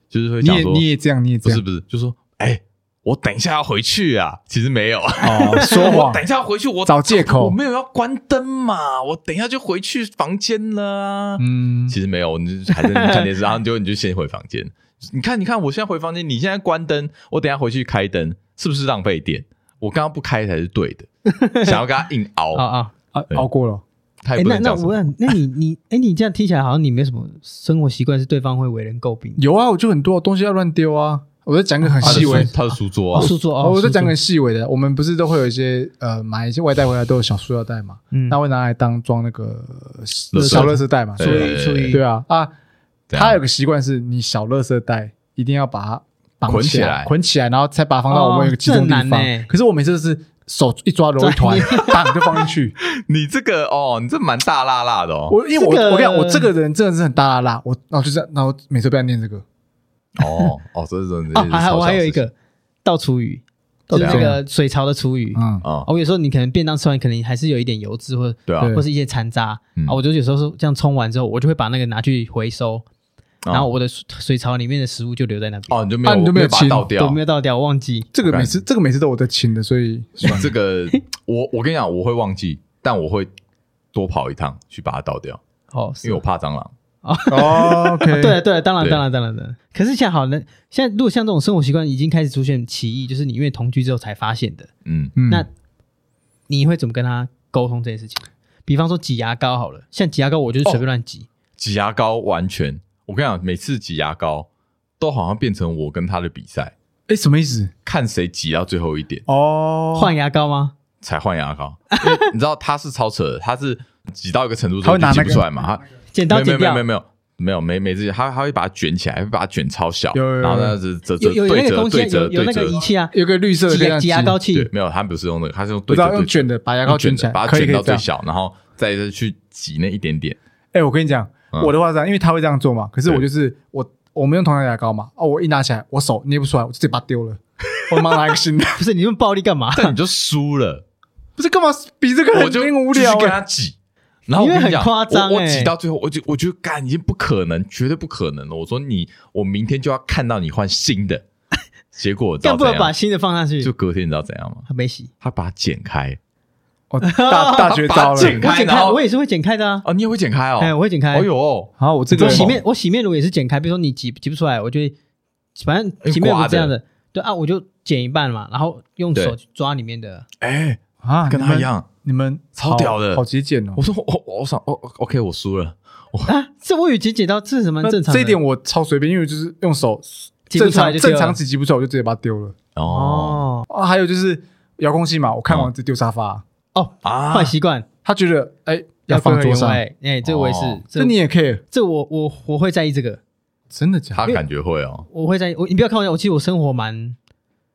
C: 就是会
B: 你
C: 想
B: 也
C: 说，
B: 你也这样，你也
C: 不
B: 这
C: 是
B: 样，
C: 不是，就说，哎、我等一下要回去啊，其实没有，
B: 哦，说
C: 我
B: 谎
C: 等一下回去，我
B: 找借口
C: 我没有要关灯嘛，我等一下就回去房间了啊。
B: 嗯，
C: 其实没有，你就还在那边看电视，然后你就你就先回房 间。你看，你看，我现在回房间，你现在关灯，我等一下回去开灯，是不是浪费电？我刚刚不开才是对 的，想要跟他硬熬，
A: 啊啊！
B: 啊熬过了，
C: 他
A: 哎
C: 也，不
A: 那
C: 能
A: 那
C: 讲什
A: 我
C: 么。
A: 问，那你你哎，你这样听起来好像你没什么生活习惯是对方会为人诟病。
B: 有啊，我就很多东西要乱丢啊，我在讲一个很
C: 他的
B: 细微
C: 书，他的书桌
A: 哦，
C: 啊，
A: 书桌哦，
B: 我在讲
A: 书
B: 个
A: 桌
B: 细微的，我们不是都会有一些呃买一些外带回来都有小塑料袋嘛，
A: 嗯
B: 那，会拿来当装那个呃
C: 圾
B: 小垃圾袋嘛，
C: 对
A: 所
B: 所以
A: 以所以
B: 对啊啊，
C: 怎样
B: 他有个习惯是你小垃圾袋一定要把它绑
C: 捆起
B: 来，
C: 来
B: 捆起来，然后才把它放到我们有个集中
A: 哦这
B: 地
A: 很
B: 方
A: 难欸。
B: 可是我每次都是手一抓揉一团，绑就放进去。
C: 你这个哦，你这蛮大辣辣的哦。
B: 我因为
A: 这个
B: 我我跟你讲，我这个人真的是很大拉拉，我然后就这样，然后每次都要念这个。
C: 哦哦，这是真的。
A: 哦，还我还有一个倒厨余，
B: 倒
A: 就是
C: 厨
A: 那
C: 余
A: 个水槽的厨余。
B: 嗯，
C: 啊，
A: 哦，有时候你可能便当吃完，可能还是有一点油脂或
C: 对啊，
B: 对
A: 或是一些残渣
C: 嗯哦
A: 啊，我就有时候是这样冲完之后，我就会把那个拿去回收，然后我的水水槽里面的食物就留在那边，
C: 哦，你就没有
B: 啊你就没有
C: 把它
B: 清
C: 倒
A: 对，
C: 掉
A: 没，有倒掉，我忘记。
B: 这个每次这个每次都我在清的，所以
C: 这个我我跟你讲，我会忘记，但我会多跑一趟去把它倒掉，
A: 哦，
C: 因为我怕蟑螂。
B: 哦 OK，
A: 对对，当然
C: 对
A: 当然当然的。可是现在好呢，现在如果像这种生活习惯已经开始出现歧义，就是你因为同居之后才发现的，
C: 嗯，
B: 嗯，
A: 那你会怎么跟他沟通这件事情？比方说挤牙膏好了，像挤牙膏我就是随便乱挤，
C: 挤牙膏完全，我跟你讲，每次挤牙膏都好像变成我跟他的比赛，
B: 哎什么意思？
C: 看谁挤到最后一点
B: 哦，
A: 换牙膏吗？
C: 才换牙膏。因为你知道他是超扯的，他是挤到一个程度之
B: 他
C: 后
B: 会拿
C: 就挤
B: 那
C: 不
B: 个
C: 出来嘛，他
A: 剪刀
C: 没有
A: 剪
C: 没有
A: 掉
C: 没有，没有没有没没这些，他他会把它卷起来，会把它卷超小，
B: 有有有
C: 然后这样子折折
A: 有有有
C: 对
A: 那个
C: 折
A: 东西
C: 对
A: 啊，
C: 折
A: 有
C: 对
A: 有那个仪
C: 折，
A: 器啊，
B: 有个绿色的可以
A: 挤
B: 这样
A: 挤牙膏
C: 对
A: 器，
C: 没有，他不是用那个，他是用
B: 不知
C: 对折
B: 道
C: 对
B: 用
C: 折，
B: 卷的把牙
C: 牙
B: 膏卷起来，
C: 把它
B: 可以
C: 卷
B: 可
C: 到
B: 以这
C: 最
B: 样。
C: 小，然后再去挤那一点 点，
B: 哎，我跟你讲，
C: 嗯
B: 我的话是这样，因为他会这样做嘛，可是我
C: 对
B: 就是我我们用同样的牙膏嘛，哦，我一拿起来，我手捏不出来，我就直接把它丢了，我妈拿一个新的，
A: 不是你用暴力干 嘛？
C: 但你就输了。
B: 不是干嘛比这个
C: 我
B: 很
C: 就
B: 令无聊
C: 继续跟
B: 欸
C: 他挤。然后我跟
A: 因为
C: 你讲，
A: 很夸张
C: 我我
A: 欸
C: 挤到最后，我就我觉得干已经不可能，绝对不可能了。我说你，我明天就要看到你换新的。结果你知
A: 要
C: 道
A: 不
C: 怎
A: 能把
C: 样？
A: 新的放上去
C: 就？隔天你知道怎样吗？
A: 他没洗，
C: 他把它剪开
B: 哦，大大绝招
C: 把它
B: 了。
C: 剪
A: 我
C: 开，
A: 剪
C: 然
A: 开，
C: 后
A: 我也是会剪开的啊。
C: 啊，你也会剪开哦？
A: 哎，我会剪开。
C: 哎呦哦，
B: 好，我这个
A: 我
C: 对
A: 洗面我洗面乳也是剪开，比如说你挤挤不出来，我就会反
B: 哎
A: 正洗面乳这样的，对啊，我就剪一半嘛，然后用手
C: 对
A: 去抓里面的。
C: 哎，
B: 啊，
C: 跟
B: 你
C: 他
B: 们
C: 一，样。
B: 你们
C: 超
B: 好
C: 屌的
B: 好节俭哦
C: 我。说我我我想哦，OK，我输了。
A: 啊，这我以为只剪到这是什么
B: 那
A: 正常的？
B: 这一点我超随便，因为就是用手
A: 挤不
B: 正
A: 出来
B: 常
A: 就丢了
B: 正常挤挤不出来，我就直接把它丢了。
C: 哦
A: 哦
B: 啊，还有就是遥控器嘛，我看完
C: 嗯
B: 直接丢沙发，
A: 哦，
C: 啊
A: 坏，习惯
B: 他觉得哎
A: 要
B: 放桌上，
A: 哎，哎，这我也是
C: 哦，
B: 这
A: 这
B: 你也可以，
A: 这我我我会在意这个，
B: 真的假
C: 他
B: 的？
C: 感觉会哦。
A: 我会在意我你不要看我，我其实我生活蛮，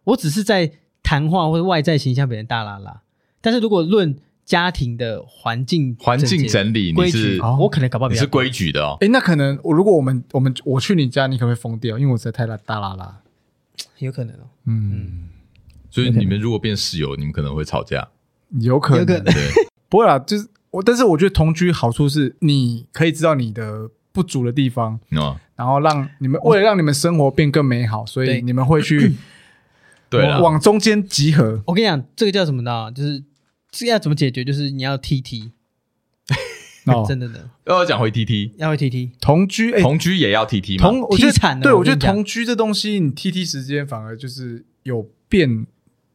A: 我只是在谈话或者外在形象别人大拉拉，但是如果论家庭的环境
C: 环境
A: 整洁
C: 整理，你
A: 规
C: 是
A: 矩，
B: 哦
A: 我可能搞不好
C: 你
A: 比较
C: 是规矩的哦。
B: 哎，那可能我如果我们我们我去你家，你可能会疯掉，因为我实在太拉大拉拉。
A: 有可能哦，
B: 嗯，
C: 所以你们如果变室友，你们可能会吵架。
B: 有可
A: 有可
B: 能，
A: 能
C: 对，
B: 不会啦，就是我，但是我觉得同居好处是你可以知道你的不足的地方，
C: 嗯，
B: 然后让你们为了让你们生活变更美好，所以
A: 哦对
B: 你们会去
C: 对
B: 往
C: 了，
B: 往中间集合。
A: 我跟你讲，这个叫什么呢？就是这个要怎么解决？就是你要 T T，
B: 哦，
A: 真的的
C: 要讲回 T T，
A: 要会 T T，
B: 同居，哎，
C: 同居也要 T T 吗？
B: 同我觉
A: 啊踢惨
B: 得
A: 了
B: 对
A: 我
B: 我觉
A: 跟
B: 得
A: 你讲
B: 同居这东西，你 T T 时间反而就是有变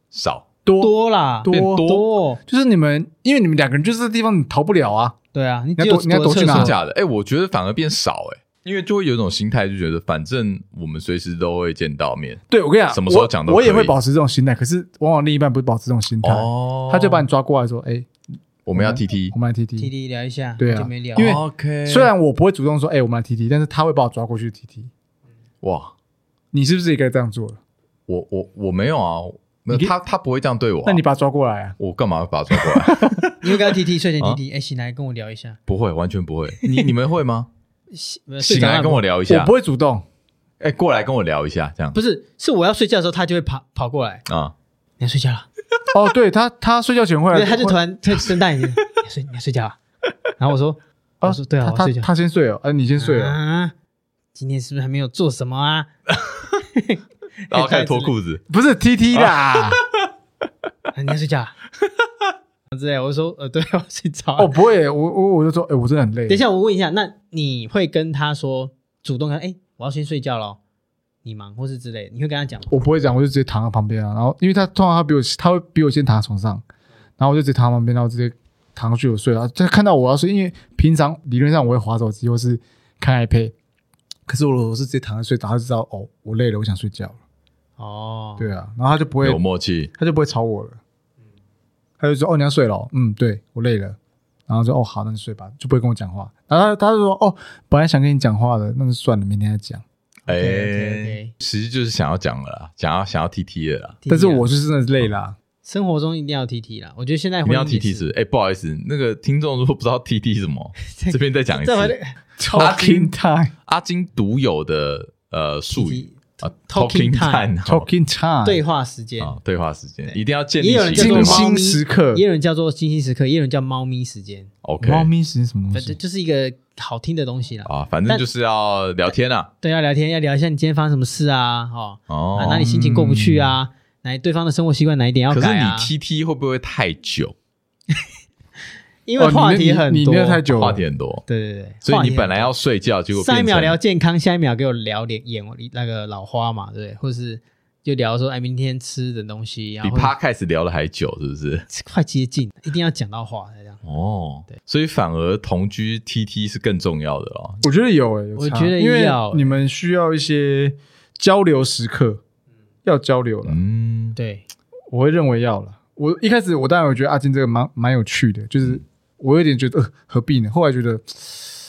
C: 少，
B: 多，
A: 多啦，
B: 多
C: 变多
A: 多，
B: 就是你们因为你们两个人就是这地方你逃不了啊。
A: 对啊，你
B: 要
A: 只有
B: 躲你要
A: 躲
B: 躲去
A: 厕
B: 哪
A: 所
C: 真假的？哎、我觉得反而变少哎、因为就会有一种心态，就觉得反正我们随时都会见到面
B: 对我跟你讲，
C: 什么时候
B: 我
C: 讲都
B: 我也
C: 可以
B: 会保持这种心态，可是往往另一半不是保持这种心态，
C: 哦
B: 他就把你抓过来说，哎，
C: 我们要 T T，
B: 我们来 T
A: T
B: T。
A: T 聊一下，
B: 对啊
A: 就没聊，哦
B: 因为
C: OK，
B: 虽然我不会主动说，哎，我们来 T T，但是他会把我抓过去 T T。
C: 哇，
B: 你是不是也该这样做了？
C: 我我我没有啊，没有
B: 你
C: 他他不会这样对我啊、
B: 那你把他抓过来啊！
C: 我干嘛把他抓过 来？
A: 你会跟他 T T 睡前
B: 哦
A: T T，哎，醒来跟我聊一下，
C: 不会，完全不会。你你们会吗？
A: 醒呃睡
C: 醒
A: 着
C: 来
A: 了
C: 跟我聊一
B: 我
C: 下
B: 不，会主动，
C: 哎、过来跟我聊一下，这样
A: 不是，是我要睡觉的时候，他就会跑跑过来，
C: 啊、
A: 你要睡觉了，
B: 哦，对他，他睡觉前会来，
A: 对，他就
B: 会
A: 突然他睁大 眼睛，你要睡你要睡觉啊，然后我说
B: 啊
A: 我说对啊，
B: 他
A: 我
B: 他哦
A: 要睡觉，
B: 呃他先睡哦，哎，你先睡了，
A: 啊啊，今天是不是还没有做什么啊？
C: 然后开始脱裤子，
B: 不是 T T 啦，
A: 啊你在睡觉啊？之类，我就说呃，对，我睡着了。
B: 哦，不会，我我我就说，哎，我真的很累。
A: 等一，下，我问一下，那你会跟他说主动跟他哎、我要先睡觉咯，你忙或是之类的，你会跟他讲吗？
B: 我不会讲，我就直接躺在旁边啊。然后，因为他通常他比我，他会比我先躺在床上，然后我就直接躺在旁边，然后直接躺上去我睡了。他看到我要睡，因为平常理论上我会划手机或是看 iPad，可是我我是直接躺着睡着，他就知道哦，我累了，我想睡觉了。
A: 哦，
B: 对啊，然后他就不会
C: 有默契。
B: 他就不会吵我了。他就说：“哦，你要睡了哦、嗯，对我累了。”然后说：“哦，好，那你睡吧。”就不会跟我讲话。然后他他就说：“哦，本来想跟你讲话的，那就算了，明天再讲。
C: 哎、
A: OK，OK，OK
C: 其实就是想要讲了啦，想要想要 T T 了啦，
A: 提提
B: 但
A: 啊
B: 是我是真的累啊啦。
A: 生活中一定要 T T 啦，我觉得现在
C: 一
A: 婚
C: 定要
A: 姻
C: T T
A: 也
C: 是不是哎、不好意思，那个听众如果不知道 T T 什么，这边再讲一
A: 这回
C: 次，
B: Talking time，talking
C: 阿金独有的呃术语
A: TT
C: 啊
A: Talking time
C: 哦
B: time，
A: 对话时间，
C: 啊，对话时间一定要建立
A: 也有人
C: 起一
A: 叫做
C: 个
B: 精
A: 猫
B: 心
A: 咪
B: 时刻
A: 也有人叫做精心时刻，也有人叫猫咪时间，
C: OK
B: 猫咪是什么东
A: 反正
B: 西？
A: 就是一个好听的东西啦。
C: 啊，反正就是要聊天啊。
A: 对，要聊天，要聊一下你今天发生什么事啊，哦，
C: 哦
A: 啊，，那你心情过不去啊，哪对方的生活习惯哪一点要
C: 可是
A: 改
C: 你
A: 啊？
C: T T 会不会太久？
A: 因为话题
B: 哦
A: 很
B: 你你
A: 多，
B: 你那太久
C: 话
B: 了
C: 题。很多，
A: 对对对，
C: 所以
A: 话题
C: 你
A: 很
C: 本来要睡觉，结果
A: 上一
C: 变
A: 秒
C: 成
A: 聊健康，下一秒给我聊脸眼那个老花嘛，对不对？或是就聊说哎，明天吃的东西，然
C: 比
A: 后
C: Podcast 聊的还久，是不是？
A: 快接近，一定要讲到话才这样。
C: 哦，所以反而同居 T T 是更重要的哦。
B: 我觉得有诶、有
A: 我
B: 差
A: 觉得
B: 因为
A: 要欸
B: 你们需要一些交流时刻，要交流了。
C: 嗯，
A: 对，
B: 我会认为要了。我一开始我当然我觉得阿金这个蛮蛮有趣的，就是我有点觉得、呃、何必呢？后来觉得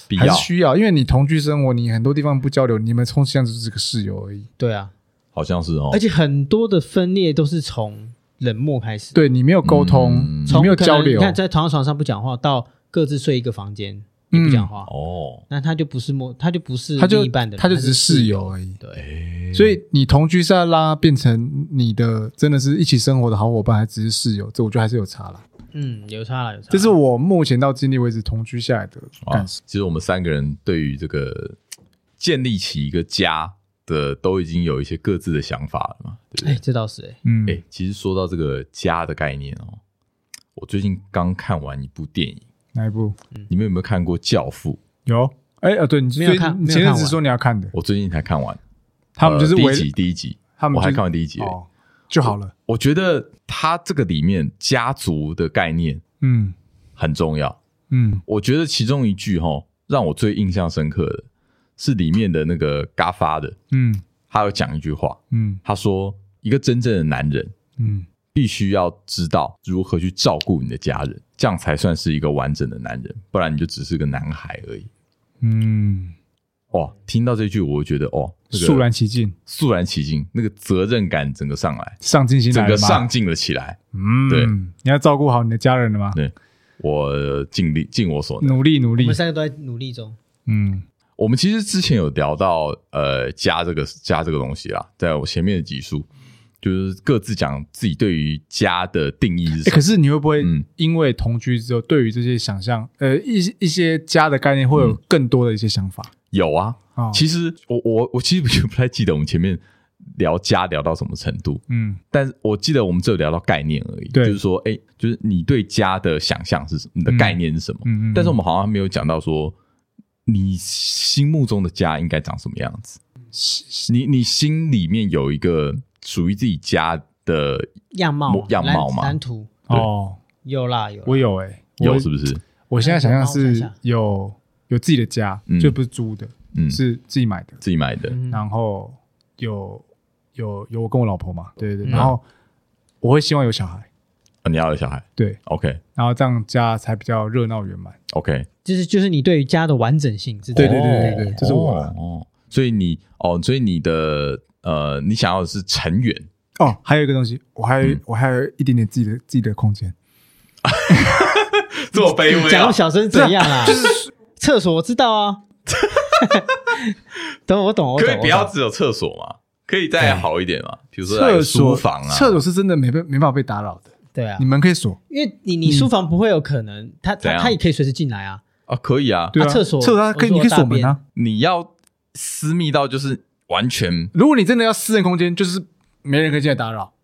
C: 必
B: 还是
C: 要，
B: 需要，因为你同居生活，你很多地方不交流，你们充其量就是个室友而已。
A: 对啊，
C: 好像是哦
A: 而。且很多的分裂都是从冷漠开始，
B: 对你没有沟通，
C: 嗯
B: 你
A: 从
B: 没有
A: 可能
B: 交流
A: 你，看，在同样床上不讲话，到各自睡一个房间也不讲话，
C: 哦，
A: 那他就不是陌，他就不是
B: 嗯他就
A: 另一半的人，
B: 他就只
A: 是
B: 是室友。而已。
A: 对，
C: 哎，
B: 所以你同居是要拉变成你的真的是一起生活的好伙伴，还只是室友，这我觉得还是有差啦。
A: 嗯，有差了，有差啦。
B: 这是我目前到今天为止同居下来的
C: 啊
B: 感受。
C: 其实我们三个人对于这个建立起一个家的，都已经有一些各自的想法了嘛，对不对？
A: 哎，这倒是哎，
B: 嗯，
C: 哎、其实说到这个家的概念哦，我最近刚看完一部电影，
B: 哪一部？
C: 你们有没有看过《教父》？
B: 有。哎啊，对你
A: 没有
B: 最
A: 看
B: 你前
A: 没
B: 阵
A: 有看
B: 子
A: 完
B: 说你要看的，呃
C: 我最近才看完，
B: 他们就是
C: 呃第
B: 围
C: 一集，第一集，
B: 他们
C: 我还
B: 就是
C: 看完第一集而已、
B: 哦就好了。
C: 我觉得它这个里面家族的概念
B: 嗯
C: 很重要。
B: 嗯，
C: 我觉得其中一句哈、让我最印象深刻的是里面的那个嘎发的，
B: 嗯
C: 他有讲一句话，
B: 嗯
C: 他说：“一个真正的男人
B: 嗯，
C: 必须要知道如何去照顾你的家人，这样才算是一个完整的男人，不然你就只是个男孩而已。”
B: 嗯，
C: 哇，听到这句，我就觉得哦，那个
B: 肃然起敬，
C: 肃然起敬，那个责任感整个上来，
B: 上进心
C: 整
B: 来了
C: 个
B: 吗
C: 上，进了起来。
B: 嗯，
C: 对
B: 你要照顾好你的家人了吗？
C: 对我尽力尽我所能。
B: 努力努
A: 我
B: 力
A: 们，三个都在努力中。
B: 嗯
C: 我们其实之前有聊到呃家这个家这个东西啦，在我前面的集数，就是各自讲自己对于家的定义是
B: 欸
C: 什
B: 可
C: 么。
B: 是你会不会
C: 嗯
B: 因为同居之后，对于这些想象，呃，一些一些家的概念，会有更多的一些想法
C: 有啊，
B: 啊？
C: 嗯其实我我我其实不太记得我们前面聊家聊到什么程度，
B: 嗯
C: 但是我记得我们只有聊到概念而已，就
B: 对
C: 是说，哎、就是你对家的想象是什么，你的
B: 嗯
C: 概念是什么？
B: 嗯嗯，
C: 但是我们好像没有讲到说，你心目中的家应该长什么样子。你你心里面有一个属于自己家的
A: 样貌
C: 模，样貌嘛
A: 蓝蓝图
C: 对
B: 哦，
A: 有啦有啦，
B: 我有哎，
C: 有
B: 我
C: 是不是？
B: 我现在想象
A: 哎你帮我看
B: 是
A: 一下
B: 有有自己的家
C: 嗯，
B: 就不是租的，
C: 嗯，
B: 是自己买的，
C: 自己买的，
A: 嗯
B: 然后有有有我跟我老婆嘛，对对
A: 嗯
B: 对，然后我会希望有小孩，
C: 啊你要有小孩
B: 对，
C: ，OK
B: 然后这样家才比较热闹圆满。
C: OK，
A: 就是就是你对于家的完整性是
B: 对
A: 这
B: 对
A: 样
B: 对对对这是我啊
C: 哦哦，所以你哦，所以你的呃，你想要的是成员，
B: 哦，还有一个东西，我还有、
C: 嗯
B: 我还有一点点自己的自己的空间，
C: 这么 卑啊
A: 讲那么小声怎样啊？就是 厕所我知道啊。 懂我懂我懂，
C: 可以不要
A: 我懂
C: 只有厕所嘛？可以再好一点嘛？比如说来
B: 哎厕
C: 个书
B: 所
C: 房啊，
B: 厕所是真的没被没办法被打扰的，
A: 对啊
B: 你，们可以嗯锁，
A: 因为你你书房不会有可能，他
C: 怎
A: 他
C: 样
A: 他也可以随时进来啊。
C: 啊，可以啊，
B: 对啊，
A: 啊厕所
B: 厕所它可以
A: 我
B: 你
A: 说
B: 可以
A: 大
B: 锁门
A: 便
B: 啊，
C: 你要私密到就是完全
B: 如果你真的要私人空间，就是没人可以进来打扰，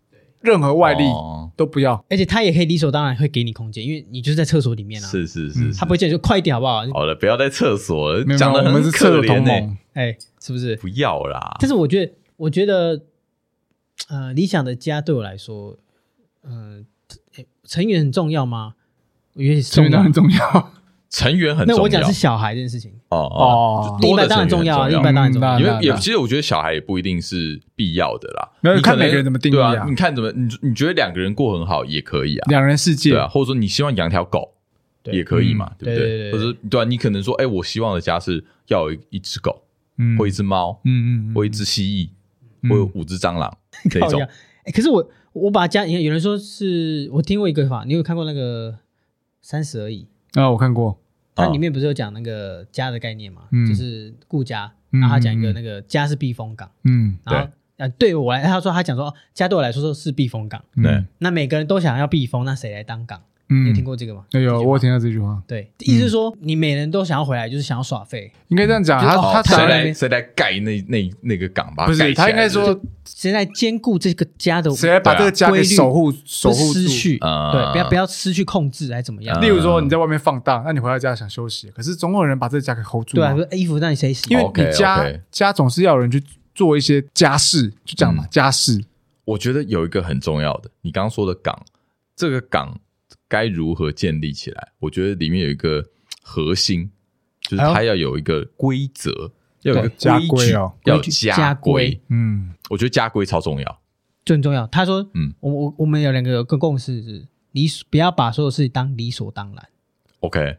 B: 任何外力
C: 哦
B: 都不要。
A: 而且他也可以理所当然会给你空间，因为你就是在厕所里面啊。
C: 是是是，
A: 他不会叫你说快一点好不
B: 哦
A: 好？
C: 好了，不要在厕所了
B: 嗯没有，
C: 讲
B: 没
C: 的
B: 有我们
C: 很
B: 是
C: 可
B: 厕所
C: 怜欸
B: 同
C: 呢、
B: 盟，
A: 哎，是不是？
C: 不要啦，
A: 但是我觉得，我觉得，呃，理想的家对我来说，嗯、呃，成员很重要吗？我觉得也是
B: 成
A: 重
B: 员当
A: 要
B: 然。重 要。
C: 成员很
A: 那
C: 重要。
A: 我讲的是小孩这件事情，
C: 哦
B: 哦
C: 哦，就
A: 另一
C: 多的
A: 半当然
C: 成员
A: 重要啊，
C: 很
A: 另一
C: 重要。
A: 半当然重要。
B: 嗯
C: 因
B: 那
C: 为也其实我觉得小孩也不一定是必要的啦，
B: 没有
C: 你
B: 看
C: 可能
B: 每个人怎么定义
C: 对
B: 啊
C: 啊。你看怎么你你觉得两个人过很好也可以啊，
B: 两人世界
C: 对啊，或者说你希望养条狗
A: 对
C: 也可以嘛，
B: 嗯
C: 对不
A: 对对对
C: 或者是对啊，你可能说，哎，我希望的家是要有一只狗，
B: 嗯
C: 或一只猫，
B: 嗯嗯嗯，
C: 或一只蜥蜴，
B: 嗯
C: 或有五只蟑螂那
A: 靠
C: 种
A: 呀。哎，可是我我把家，你看有人说是我听过一个法，你有看过那个《三十而已》？
B: 啊，我看过，
A: 它
C: 啊
A: 里面不是有讲那个家的概念嘛？
B: 嗯
A: 就是顾家，
B: 嗯
A: 然后他讲一
B: 嗯
A: 个
B: 嗯
A: 那个家是避风港，
B: 嗯
A: 然后啊，对我来，他说他讲说哦家对我来说是避风港，
C: 对
B: 嗯
A: 那每个人都想要避风，那谁来当港？你
B: 嗯
A: 有听，过这个吗？
B: 哎
A: 这
B: 呦，
A: 句话
B: 我有听到这句话，
A: 对，意思是说你每人都想要回来，就是想要耍废，
B: 应该这样讲，
A: 就
B: 他
A: 哦
B: 他
C: 谁
A: 当
B: 讲
A: 然
C: 来谁来盖那那那个港吧？
B: 不是，他应该说
A: 谁来兼顾这个家的
B: 嗯谁来把这个家
A: 规
B: 给
A: 律
B: 守护守
A: 不
B: 护住
A: 失序？
C: 啊
A: 对，不要不要失去控制，还怎么样？
C: 啊
B: 例如说你在外面放荡，那你回到家想休息，可是总有人把这个家给 hold 住
A: 对啊
B: 嘛，，
A: 衣服让你谁洗？哦
B: 因为你
C: OK，OK
B: 家家总是要有人去做一些家事，就这样
C: 嗯
B: 嘛，家事。
C: 我觉得有一个很重要的，你刚刚说的港，这个港该如何建立起来？我觉得里面有一个核心，就是它要有一个规则，要有一个
B: 家
C: 规矩，
B: 规哦
C: 要有
A: 规矩
C: 家
A: 家
C: 规
A: 规。
B: 嗯，
C: 我觉得家规超重要。
A: 最重要。他说，
C: 嗯
A: 嗯，我我我们有两个有个共识是，理所不要把所有事情当理所当然。
C: OK，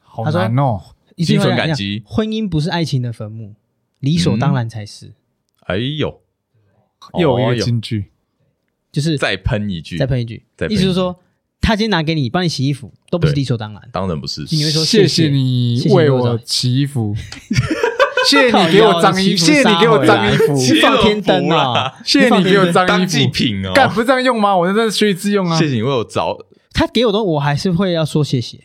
B: 好
A: 他说
B: 难哦。
A: 一句话
C: 心存
A: 讲
C: 感激
A: 婚姻不是爱情的坟墓，理所当然才是。
C: 哎呦，
B: 又有
C: 哦
B: 一个金句，
A: 就是
C: 再喷一句，
A: 再喷一句
C: 再，喷
A: 意
C: 一句
A: 思就是说，他今天拿给你，帮你洗衣服，都不是
C: 对
A: 理所当然。
C: 当然不是，
A: 你会说
B: 谢
A: 谢
B: 你
A: 谢谢
B: 为
A: 你为我
B: 我洗衣服，谢谢你给我脏衣服，
A: 靠
B: 谢谢你给我脏衣服，
C: 洗
A: 你放天灯
C: 我
A: 啊
C: 啦！
B: 谢谢你给我脏
C: 当
B: 衣
C: 祭
B: 服。
C: 品哦。
B: 干不是这样用吗？我在这学以致用啊
C: 谢。谢你为我着，
A: 他给我的，我还是会要说谢谢。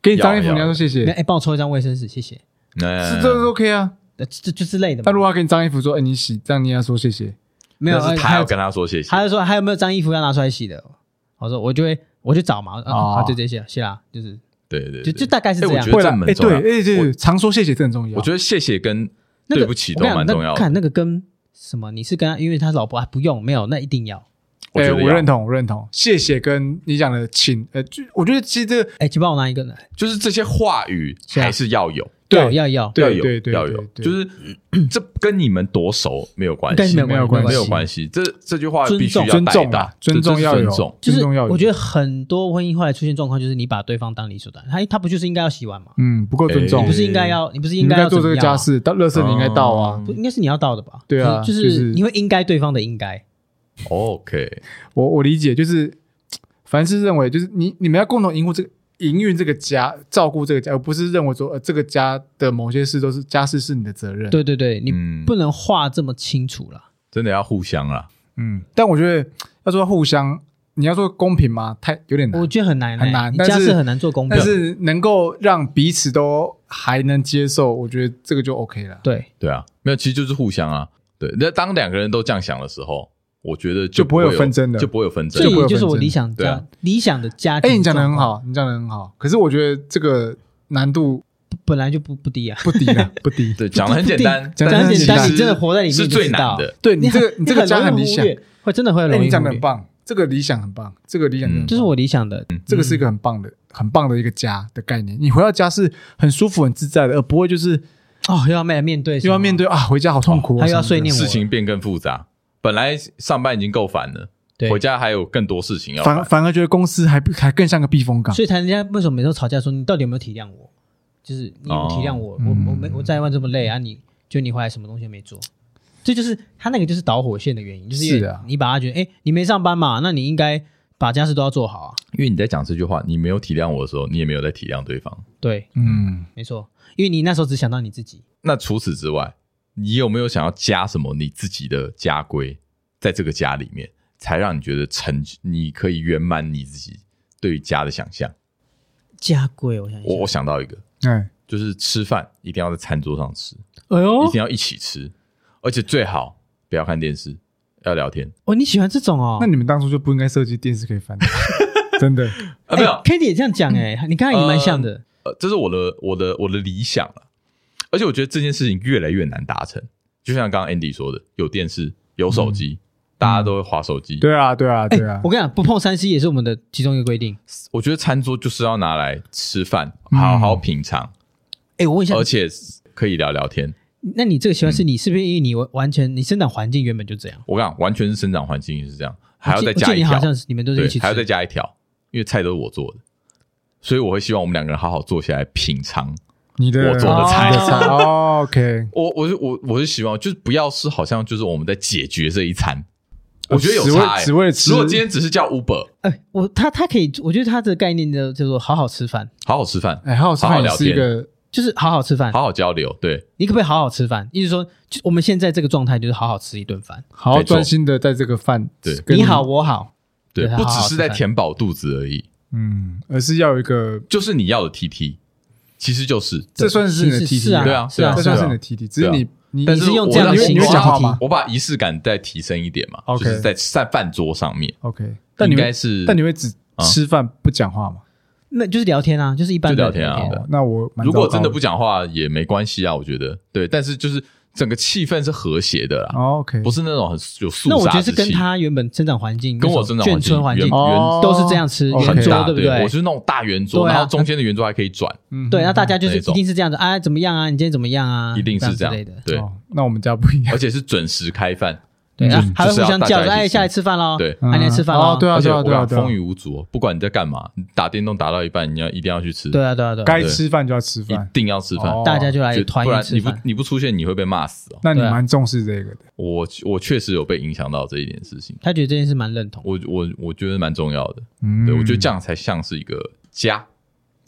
B: 给你脏衣服，
C: 要
B: 你要说谢
A: 哎、
B: 谢，
A: 帮我抽一张卫生纸，谢谢。
B: 是
C: 是
B: 这是 OK 啊。
A: 呃，这这之类的嘛。
B: 那如果他啊给你脏衣服，说哎你洗，这样你也要说谢谢。
A: 没有，
C: 是
A: 呃
C: 他
A: 还
C: 要
A: 有
C: 跟他说谢谢。
A: 他就说还有没有脏衣服要拿出来洗的？我说我就会我就找嘛，我说
B: 哦
A: 啊，好就这些谢啦，就是
C: 对对，对
A: 就就大概是
C: 哎
A: 这
C: 我
A: 样
C: 觉。得
B: 会
C: 这
B: 啦，
C: 很
B: 哎
C: 重
B: 对，
C: 要
B: 哎对对，常说谢谢这很重要。
C: 我觉得谢谢跟
A: 那个
C: 对不起
A: 我跟你
C: 都
A: 讲
C: 蛮重要
A: 那
C: 的
A: 看那个跟什么，你是跟他，因为他老婆啊不用没有，那一定要。
C: 我
B: 哎
C: 觉得
B: 我
C: 要
B: 认同，我认同。谢谢跟你讲的请，呃，就我觉得其实这个
A: 哎，请帮我拿一个来。
C: 就是这些话语
A: 是啊
C: 还是要有，
B: 对
A: 要要要，
B: 对
C: 要有，要
B: 对
C: 有，
B: 对
C: 就是这跟你们多熟没有关
A: 但
C: 系，
A: 是没
B: 没有
A: 有
B: 关
A: 关
B: 系
C: 没
A: 系，
C: 有关系。这这句话必须要
B: 尊
C: 带
B: 重
C: 到
B: 啊，，尊重
C: 这这
B: 要
C: 是
B: 有
C: 尊重，。
A: 就是
B: 尊重要有。
A: 我觉得很多婚姻后来出现状况，就是你把对方当理所当然，他他不就是应该要洗碗吗？
B: 嗯，不够尊重
C: 哎
A: 你不。是应该要，你不是
B: 你
A: 应
B: 应
A: 该
B: 该
A: 要
B: 做这
A: 怎么
B: 个
A: 样啊
B: 家
A: 吗？
B: 事，到乐色你应该到啊。
A: 不应该是你要到的吧？
B: 对啊
A: 就是
B: 就
A: 就是是你会应该对方的应该，
C: OK，
B: 我我理解，就是凡是认为就是你你们要共同营护这个营运这个家，照顾这个家，而不是认为说呃这个家的某些事都是家事是你的责任。，
A: 对对对，你
C: 嗯
A: 不能画这么清楚啦。
C: 真的要互相啊啦。
B: 嗯。但我觉得要说互相，你要说公平吗？太有点难
A: 我。觉得很难欸，
B: 很难
A: 你
B: 但
A: 家
B: 是
A: 事很难做公平
B: 但。是能够让彼此都还能接受，我觉得这个就 OK 了。
A: 对，
C: 对啊，没有，其实就是互相啊。对，那当两个人都这样想的时候，我觉得
B: 就不
C: 不
B: 会
C: 会
B: 有纷争的
C: 就不会有纷
A: 这
C: 争
B: 就。不会
A: 也
B: 有
A: 就是
B: 纷
A: 我
B: 争
A: 理想
C: 对
A: 家
C: 啊
A: 理想的家庭。
B: 哎、你讲的很，好，你讲的很好。可是我觉得这个难度
A: 本来就不不低啊。
B: 不低 了，不低。
C: 对，讲的很简单，
B: 讲得
A: 讲得
C: 但
A: 很
C: 是
A: 简单，
C: 其实
A: 你真的活在里面
C: 是
A: 就
C: 最
A: 知道
C: 难的。
B: 对你这个
A: 很
B: 你这个家很
A: 很
B: 理
A: 容易忽
B: 想，
A: 略会真的会
B: 哎，
A: 容
B: 你
A: 易
B: 讲
A: 忽
B: 的很
A: 略。
B: 棒，嗯这个理想很棒，这个理想真的很棒
A: 这是我嗯理想的，
B: 这个是一个很棒的、很棒的一个家的概念。你回到家是很舒服、很自在的，而不会就是
A: 哦，又要面面对，
B: 又要面，对啊，回家好痛苦、哦，
A: 他又要
B: 什么
A: 碎
B: 的
A: 念我
C: 事
A: 了，
C: 情变更复杂。本来上班已经够烦了，
A: 对
C: 回，家还有更多事情要
B: 反
C: 烦。
B: 反而觉得公司还还更像个避风港。
A: 所以才人家为什么每次都吵架说你到底有没有体谅我？就是你
C: 哦
A: 有没有体谅我，我
B: 嗯
A: 我没我在外这么累啊，你就你回来什么东西也没做，这就是他那个就是导火线的原因，就是因
B: 是
A: 为
B: 啊
A: 你把他觉得哎你没上班嘛，那你应该把家事都要做好啊，
C: 因为你在讲这句话，你没有体谅我的时候，你也没有在体谅对方。
A: 对，
B: 嗯，
A: 没错，因为你那时候只想到你自己，
C: 那除此之外，你有没有想要加什么你自己的家规在这个家里面，才让你觉得成，你可以圆满你自己对于家的想象？
A: 家规我想一
C: 我我
A: 想，
C: 想到一个，
B: 哎，
C: 就是吃饭一定要在餐桌上吃，
A: 哎
C: 一
A: 呦，
C: 定要一起吃。而且最好不要看电视，要聊天
A: 哦，你喜欢这种哦？
B: 那你们当初就不应该设计电视可以翻， 真的。
C: 啊，没有，嗯
A: k a t i e 也这样讲哎、你刚才也蛮像的。
C: 呃，这是我的我的我的理想了。而且我觉得这件事情越来越难达成，就像刚刚 Andy 说的，有电视，有手
A: 嗯
C: 机，大家都会划手机。，
B: 对啊，对啊，
A: 哎、
B: 对啊
A: 我。跟你讲，不碰三 C 也是我们的其中一个规定。
C: 我觉得餐桌就是要拿来吃饭，
B: 嗯
C: 好好品尝，
A: 哎、我问一下
C: 而，且可以聊聊天。
A: 那你这个习惯是
C: 嗯
A: 你是不是因为你完完全你生长环境原本就这样？
C: 我跟你讲，完全是生长环境是这样，还要
A: 我记
C: 再
A: 我记
C: 加
A: 得
C: 一
A: 你好
C: 条，
A: 像是你们都是一起
C: 对，
A: 吃
C: 还要再加一条，因为菜都是我做的，所以我会希望我们两个人好好坐下来品尝。
B: 你的
C: 我做的菜
B: 你菜。哦 OK，
C: 我我是我我是希望就是不要是好像就是我们在解决这一餐，我觉得有
B: 只为
C: 差、欸。
B: 只为了吃
C: 如果今天只是叫 Uber，
A: 哎、我他他可以，我觉得他的概念呢叫做好好吃饭，
C: 好好吃饭，
B: 哎，好好吃
C: 好好
B: 饭也
C: 聊
B: 是一
C: 天
B: 个
A: 就是好好吃饭。
C: 好好交流，对，
A: 你可不可以好好吃饭？意思说，就我们现在这个状态就是好好吃一顿饭，
B: 好好
C: 没错
B: 专心的在这个饭
C: 对
B: 跟
A: 你好，我好。
C: 对，
A: 对
C: 不
A: 好好
C: 只
A: 吃
C: 是在
A: 饭
C: 填饱肚子而已，
B: 嗯，而是要有一个，
C: 就是你要的 TT，其实就是，
B: 这算是你的
A: 其
B: T
A: 实是
B: T
A: 啊，
C: 对啊
A: 是啊，
B: 这
A: 是
B: 算
A: 啊
B: 是你的 T T，只是
C: 对啊
B: 你你
C: 但
A: 你
C: 是
A: 是用
C: 我
A: 这样
C: 让
A: 的
C: 我
A: 形
C: 把
A: 式
B: 好吗
C: 我把仪式感再提升一点嘛
B: OK
C: 就是在在饭桌上面，
B: OK，但你
C: 应
B: 会
C: 该是，
B: 但你会只
C: 啊
B: 吃饭不讲话吗？
A: 那就是聊天啊，就是一般的
C: 就聊天啊对
B: 哦，那我蛮
C: 如果
B: 糟糕
C: 真的不讲话也没关系啊，我觉得对，但是就是整个气氛是和谐的啦，
B: 哦 OK，
C: 不是那种很有肃
A: 那我觉
C: 杀
A: 得
C: 之
A: 是
C: 气。
A: 跟他原本生长环境、
C: 跟我生
A: 生
C: 长
A: 眷村环境
C: 原
B: 哦
A: 都是这样吃，
B: OK
A: 圆
C: 很
A: 桌
C: 大，
A: 对不
C: 我是那种大圆桌，
A: 对啊
C: 然后中间的圆桌还可以转，
B: 嗯
A: 对，那大家就是
C: 那
A: 一
C: 种
A: 定是这样子，啊，怎么样啊？你今天怎么样啊？
C: 一定是这
A: 这样
C: 样
A: 之类的。
C: 对，
B: 哦那我们家不一样
C: 而，且是准时开饭，
A: 对，
B: 嗯
A: 啊还会
C: 就是要
A: 互相
C: 大
A: 叫
C: 家
A: 着，
C: 一起
A: 哎，
C: 吃
A: 下来吃饭喽。
C: 对。
B: 嗯
A: 啊你来吃饭
B: 哦
A: 咯，
B: 对啊，
C: 而且
B: 对
C: 我
B: 啊，
C: 跟
B: 对
C: 你
B: 啊，
C: 讲
B: 对啊
C: 风雨无阻哦，不管你在干嘛，你打电动打到一半，你要一定要去吃，
A: 对啊，对啊，对啊，
B: 该吃饭就要吃
C: 一
B: 饭，
C: 定要吃饭，
B: 哦
A: 大家就来
C: 就
A: 团
C: 不
A: 圆
C: 然
A: 吃
C: 你不
A: 饭。
C: 你不出现你会被骂死哦。
B: 那你
A: 对啊
B: 蛮重视这个的，
C: 我我确实有被影响到这一点事情，
A: 他觉得这件事蛮认同。
C: 我我我觉得蛮重要的，
B: 嗯，
C: 对我觉得这样才像是一个家，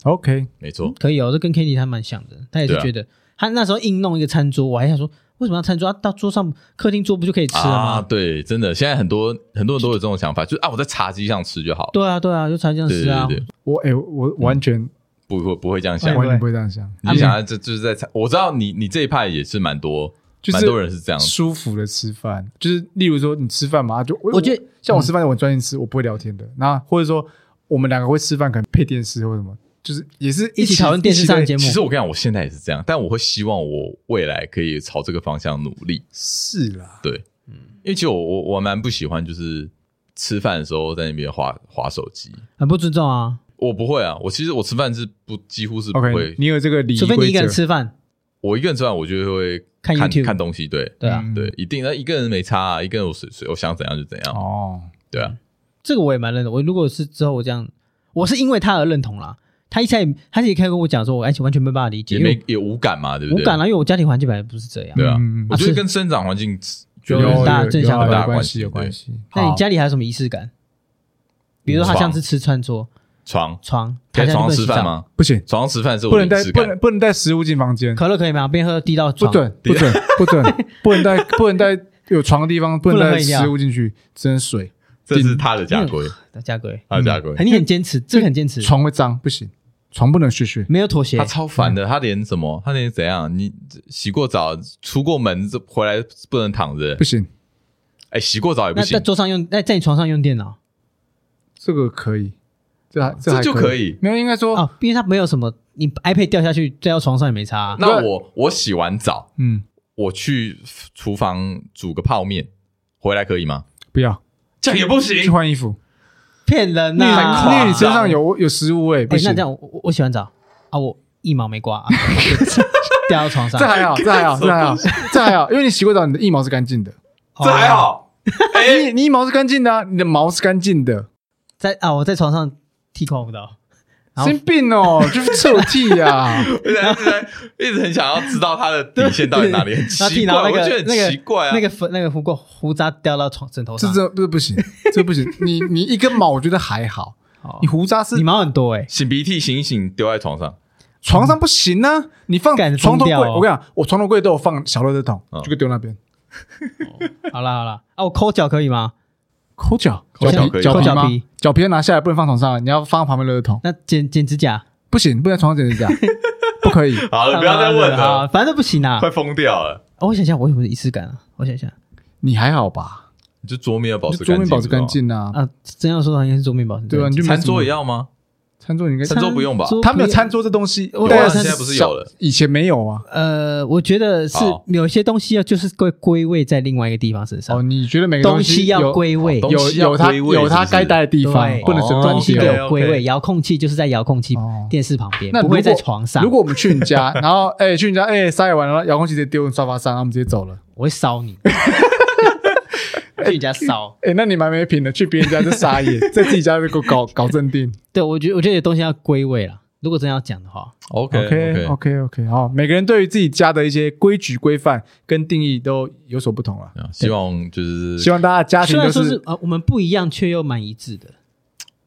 B: OK，
C: 没错，
A: 可以哦，这跟 k a t i e 他蛮像的，他也是
C: 对啊
A: 觉得他那时候硬弄一个餐桌，我还想说为什么要餐桌？啊，到桌上客厅桌不就可以吃了
C: 啊，
A: 吗？
C: 对，真的，现在很多很多人都有这种想法，就是啊，我在茶几上吃就好，
A: 对啊，对啊，就才这样
C: 对
A: 吃啊
C: 对。对，
B: 我哎，我完全
C: 不会不会这样
A: 哎
C: 想
A: 我，
B: 完全不会这样想，
C: 嗯你就
A: 嗯
C: 想要这就是在茶，我知道你你这一派也是蛮多，
B: 就是
C: 蛮多人是这样，
B: 舒服的吃饭，就是例如说你吃饭嘛，就我
A: 我觉得
B: 像我吃饭我很专心吃，我不会聊天的。那或者说我们两个会吃饭，可能配电视或什么，就是也是
A: 一起讨论电视上的节目
C: 其实我跟你讲，我现在也是这样，但我会希望我未来可以朝这个方向努力，
B: 是啦，
A: 嗯
C: 因为其实我我我蛮不喜欢就是吃饭的时候在那边划划手机，
A: 很不尊重啊，
C: 我不会啊，我其实我吃饭是不几乎是不会
B: OK，你
A: 嗯
B: 有这个礼仪
A: 除非你一个人
B: 规则，
A: 吃
C: 嗯
A: 饭，
C: 我一个人吃饭我就会
A: 看
C: 看
A: YouTube
C: 看东西，对
A: 对啊，
B: 嗯
C: 对，一定那一个人没差啊，一个人我随随我想怎样就怎样，
B: 哦，
C: 对啊，
A: 这个我也蛮认同。我如果是之后我这样，我是因为他而认同啦。他一开始他也开始跟我讲说，我而且完全没办法理解，
C: 也
A: 因为
C: 没也无感嘛，对不
A: 我
C: 对？
A: 无感啦，啊因为我家庭环境本来不是这样
C: 对。啊
B: 嗯嗯嗯，
C: 我觉
A: 啊
C: 得
A: 是
C: 跟生长环境
A: 有
C: 有
A: 很大
B: 有
A: 正向
B: 有
A: 很
C: 大
B: 有
C: 关
B: 关
C: 系
B: 系，有关系。
A: 那
B: 好
A: 你家里还有什么仪式感？比如说他
C: 床
A: 像是吃穿桌
C: 床
A: 床，
C: 可
A: 他
C: 以
A: 家
C: 床上
A: 不能
C: 吃
A: 洗
C: 饭
A: 澡？
C: 吗？
B: 不行，
C: 床上吃饭是我
B: 不
C: 的
B: 能
C: 仪
B: 带
C: 式
B: 不
C: 感，
B: 能不能带食物进房间，
A: 可乐可以吗？边喝滴到
B: 不
C: 哦
A: 床，
B: 准不准不准不能带不能带有床的地方不能
A: 不能
B: 带
A: 喝饮料
B: 食物进去，只能水，
C: 这是他的家规，
A: 家规，
C: 他的家规。
A: 很哎你很坚持，这个很坚持，
B: 床会脏，不行，床不能屑屑。
A: 没有妥协
C: 他。超烦的，他连什么，他连怎样，你洗过澡、出过门这回来不能躺着
B: 不，行，
C: 哎，洗过澡也不
A: 那在
C: 行，
A: 桌上用，那在你床上用电脑
B: 这个可以，哦这还
C: 这
B: 还
C: 就可
B: 可
C: 以。
B: 没有，应该说，
A: 哦，因为他没有什么，你 iPad 掉下去掉到床上也没差啊。
C: 那我我洗完澡，
B: 嗯，
C: 我去厨房煮个泡面，回来可以吗？
B: 不要
C: 这样也不
B: 去
C: 行，
B: 换衣服，
A: 骗人
B: 那
A: 呐！
C: 太
A: 哎
C: 夸
B: 那你身
C: 张了
B: 上有有食物味，不
A: 那
B: 行
A: 这。样我我我洗完澡啊，我一毛没刮， 啊掉到床上
B: 这。还好，这还好，这还好，这还好，因为你洗过澡，你的腋毛是干净的，
A: 哦
C: 这还。好。
B: 你你腋毛是干净的啊，你的毛是干净的，
A: 在啊，我在床上剃刮胡刀，然后
B: 生病 哦，就是臭屁啊呀，
C: 我一直在一直很想要知道他的底线到底哪里，很
A: 然后剃，
C: 奇
A: 然
C: 怪，
A: 后那
C: 我
A: 个
C: 觉得
A: 那
C: 很
A: 个
C: 奇怪啊。
A: 那个粉那个胡过胡渣掉到床枕头
B: 这
A: 上。
B: 这这不行，这不行，你你一根毛我觉得还好，
A: 哦
B: 你胡渣是
A: 你毛很多哎，
C: 擤鼻涕擤一擤丢在床上，
B: 床上不行啊，你放
A: 干
B: 床头柜，
A: 疯掉哦
B: 我跟你讲，我床头柜都有放小垃圾桶
C: 嗯，
B: 就给丢那边，
A: 好啦好啦，啊，我抠脚可以吗？
B: 抠脚，
C: 抠脚可
B: 皮
C: 以
B: 脚皮
A: 抠脚
B: 吗
A: 皮？
B: 脚皮要拿下来不能放床上，你要放旁边垃圾桶，
A: 那剪剪指甲？
B: 不行，不能在床上剪指甲，不可以。
C: 好了，不要再问
A: 啊，
C: 了，
A: 反正都不行啊。
C: 快疯掉了。
A: 哦我想一下，我有没有仪式感啊？我想一下
B: 你还好吧？
C: 你就桌面要保持
B: 就桌面保持干
C: 不是吗，
B: 净啊，
A: 啊，真要说的话应该是桌面保持
B: 对啊，你就没
C: 餐
B: 什么
C: 桌也，要吗？
B: 餐桌你应该
C: 餐桌不用吧
B: 他没有餐桌这东西，
A: 有啊
B: 对啊
A: 现在
C: 不是有了，
B: 以前没有啊。
A: 呃，我觉得是
C: 哦
A: 有些东西要就是归归位在另外一个地方身上
B: 哦，，你觉得每个
A: 东
B: 西
A: 要
B: 有哦
A: 归位，
C: 东
B: 有
C: 西要
B: 有它
C: 归位
B: 有它
C: 是不是
B: 该待的地方
A: 对，
B: 不能随
C: 哦
B: 便
A: 东西
B: 丢
C: 对。
A: 要有归
C: OK
A: 位，遥控器就是在遥控器
B: 哦
A: 电视旁边，
B: 那如
A: 不
B: 果
A: 会在床上。
B: 如果我们去你家， 然后哎、去你家哎撒野完了，遥控器直接丢沙发上，然后我们直接走了。
A: 我会烧 你，去你家烧。
B: 哎、那你蛮没品的，去别人家就撒 野，在自己家就给我搞搞镇定。
A: 对我觉得我觉得有东西要归位了。如果真要讲的话，
C: OK
B: OK OK OK，好，每个人对于自己家的一些规矩规范跟定义都有所不同了。
C: 希望就是
B: 希望大家家
A: 虽
B: 庭
A: 然
B: 都
A: 说
B: 是
A: 是呃我们不一样，却又蛮一致的。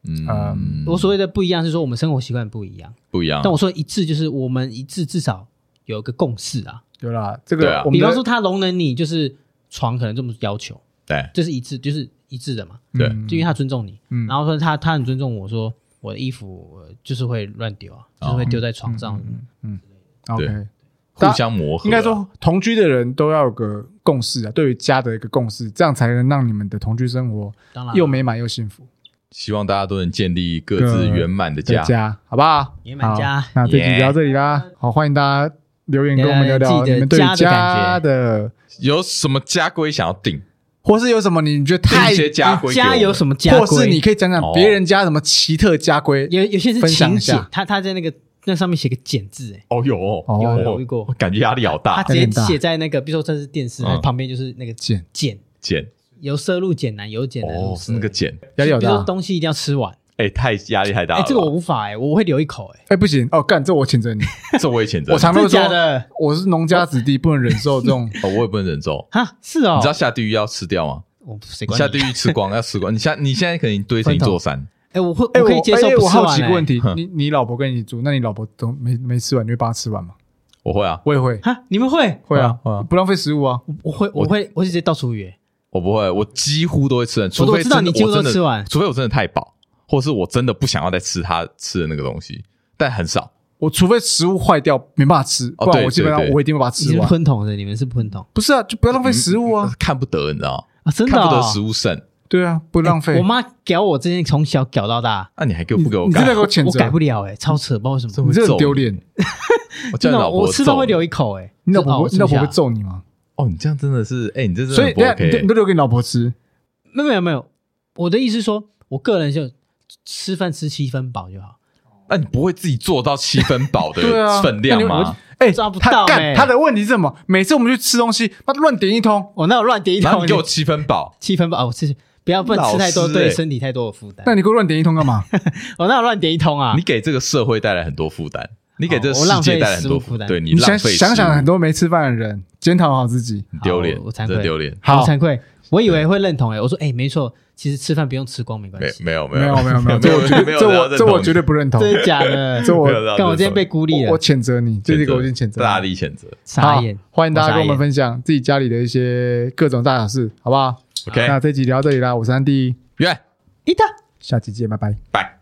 C: 嗯，
A: 我所谓的不一样是说我们生活习惯不一样，
C: 不一样
B: 啊
A: 但，我说一致就是我们一致至少有一个共识啊。
B: 有啦，这
C: 对
B: 个
C: 啊
B: 我们
A: 比
B: 的
A: 方说他容忍你就是床可能这么要求，
C: 对
A: 这是一致，就是一致的嘛，
C: 对
B: 嗯
A: 就因为他尊重你，
B: 嗯
A: 然后说他他很尊重我说我的衣服呃就是会乱丢啊，就是
B: 哦
A: 会丢在
B: 嗯
A: 床上。
B: OK，
C: 互相磨合啊，
B: 应该说同居的人都要有个共识啊，对于家的一个共识，这样才能让你们的同居生活
A: 当然啊
B: 又美满又幸福。
C: 希望大家都能建立各自圆满的家
B: 的。家，好不好？
A: 圆满家
B: 好那这集就到这里啦，好，欢迎大家留言跟我们聊聊
A: 聊聊自己的
B: 你们对于
A: 家的感觉
B: 家的，
C: 有什么家规想要定？
B: 或是有什么你觉得
C: 定
B: 太
C: 一些家规给我
A: 家
C: 们，
A: 有什么家规？啊哦
B: 或是你可以讲讲
C: 哦
B: 别人家什么奇特家规，
A: 有有些是
B: 分享
A: 请
B: 一下
A: 柬，他他在那个那上面写个“简”字，哎，
C: 哦，有哦
B: 哦
A: 有有遇过
C: 我感觉压力好
A: 他
B: 啊
C: 大。
A: 直接写在那个，比如说这是电视，
C: 嗯
A: 它旁边就是那个
B: 简
A: 简，
C: 减
A: 由奢入俭难，由俭难入
C: 哦，是
A: 奢
C: 那个减，
B: 压力有啊
A: 比如说
B: 大。
A: 东西一定要吃完，
C: 哎，太压力太大
A: 哎
C: 了，吧。
A: 这个我无法哎，我会留一口哎，
B: 哎，不行哦，干这我谴 责你，
C: 这我也谴责你，
B: 我常
A: 真
B: 常说
A: 的假的？
B: 我是农家子弟，不能忍受这 种。
C: 哦我也不能忍受。
A: 哈，是哦
C: 你知，道下地狱要吃掉吗？
A: 我谁
C: 你
A: 管
C: 下地
A: 你？
C: 狱吃光要吃光，你下你现在可能堆成一座山，
A: 哎，我会
B: 哎，
A: 我可以接受
B: 哎
A: 不吃
B: 我好
A: 完
B: 奇个问
A: 哎。
B: 题
C: 哼，
B: 你你老婆跟你一起住，那你老婆都没没吃完，你会帮她吃完吗？
C: 我会啊，
B: 我也会，
A: 哎哈，你们会？
B: 会
C: 啊
B: 啊
C: 会啊，
B: 不浪费食物啊。
A: 我我会我会我是直接倒厨余，哎
C: 我不会，我几乎都会吃完，除
A: 我
C: 非
A: 知道
C: 真的
A: 你几乎
C: 我真的
A: 都吃完
C: 除非我真的太饱，或是我真的不想要再吃他吃的那个东西，但很少。
B: 我除非食物坏掉没办法吃，
C: 哦
B: 不然
C: 对
B: 我基本
C: 对
B: 上
C: 对
B: 我一定会把它
A: 你
B: 吃
A: 是
B: 完。
A: 喷桶的，你们是喷桶
B: 不是啊，就不要浪费食物啊。
C: 看不得，你知道吗？
A: 啊，真的
C: 看
A: 哦哎
C: 不得食物剩，
B: 对啊，不浪费。
A: 我妈屌我，之前从小屌到大，
C: 那你还给我不给我
B: 你真
C: 改
B: 的给？我
A: 我
B: 谴
A: 改
B: 责
A: 不，了哎，超扯，不知道为什么
C: 这。
B: 你
C: 会
B: 这
C: 揍
B: 很
C: 你
B: 丢脸。
C: 我叫
A: 真
C: 你
A: 的，
C: 老婆
A: 我吃饭
C: 揍
A: 会
C: 你
A: 留一口哎。
B: 你老
A: 这哦
B: 婆
A: 我
B: 不，你
A: 吃
B: 老
A: 不
B: 婆
A: 下
B: 会揍你吗？
C: 哦，你这样真的是，哎，你这真
B: 所以
C: 的
B: 等一下
C: 很
B: 你都你
C: 不
B: 都
C: OK。
B: 留给你老婆吃，
A: 没有没有没有，我的意思是说，我个人就吃饭吃七分饱就好。
C: 那你不会自己做到七分饱
B: 对啊
C: 的分量吗？
B: 哎，
A: 抓不
B: 他
A: 到
B: 干
A: 欸
B: 他的问题是什么？每次我们去吃东西，他乱点一通。
A: 哦我那我乱点一
C: 然后
A: 通，
C: 你给我七分饱，
A: 七分饱，啊我吃不要不然吃太多
C: 老师欸
A: 对身体太多的负担
B: 那。你给我乱点一通干嘛？
A: 我那我乱点一通啊
C: 你，给这个社会带来很多负担，你给这个
A: 哦我浪
C: 世界
A: 费
C: 带来很
A: 食物
C: 多
A: 负担
C: 对 你
B: 你想
C: 浪费食物
B: 想想，很多没吃饭的人，检讨好自己。
C: 很丢脸
A: 好我，惭
C: 真
A: 愧
C: 的丢脸。
A: 好
B: 好
A: 惭愧，我以为会认同哎，我说哎没错，其实吃饭不用吃光没关
C: 没
A: 系，
C: 没有
B: 没有
C: 有
B: 没
C: 没
B: 有没有，
C: 没
B: 这
C: 有
B: 我绝
C: 没
B: 对
C: 有
B: 这
C: 人要
B: 我
C: 认
B: 这我
C: 同
B: 绝对不认同。
A: 真的假的？
B: 这我
C: 没有让
A: 但我今天
C: 认同
A: 被孤立
B: 我
A: 了
B: 我，谴责你，这
C: 谴
B: 这
C: 责
B: 个我已经谴责
C: 大
B: 了。
C: 力谴责。
A: 傻眼
B: 好。欢迎大家
A: 我傻
B: 跟我们
A: 眼
B: 分享自己家里的一些各种大小事，好不好
C: OK，
B: 那这集聊到这里啦，我是安迪，
C: 约
A: 一打。
B: 下期见，拜拜。
C: 拜。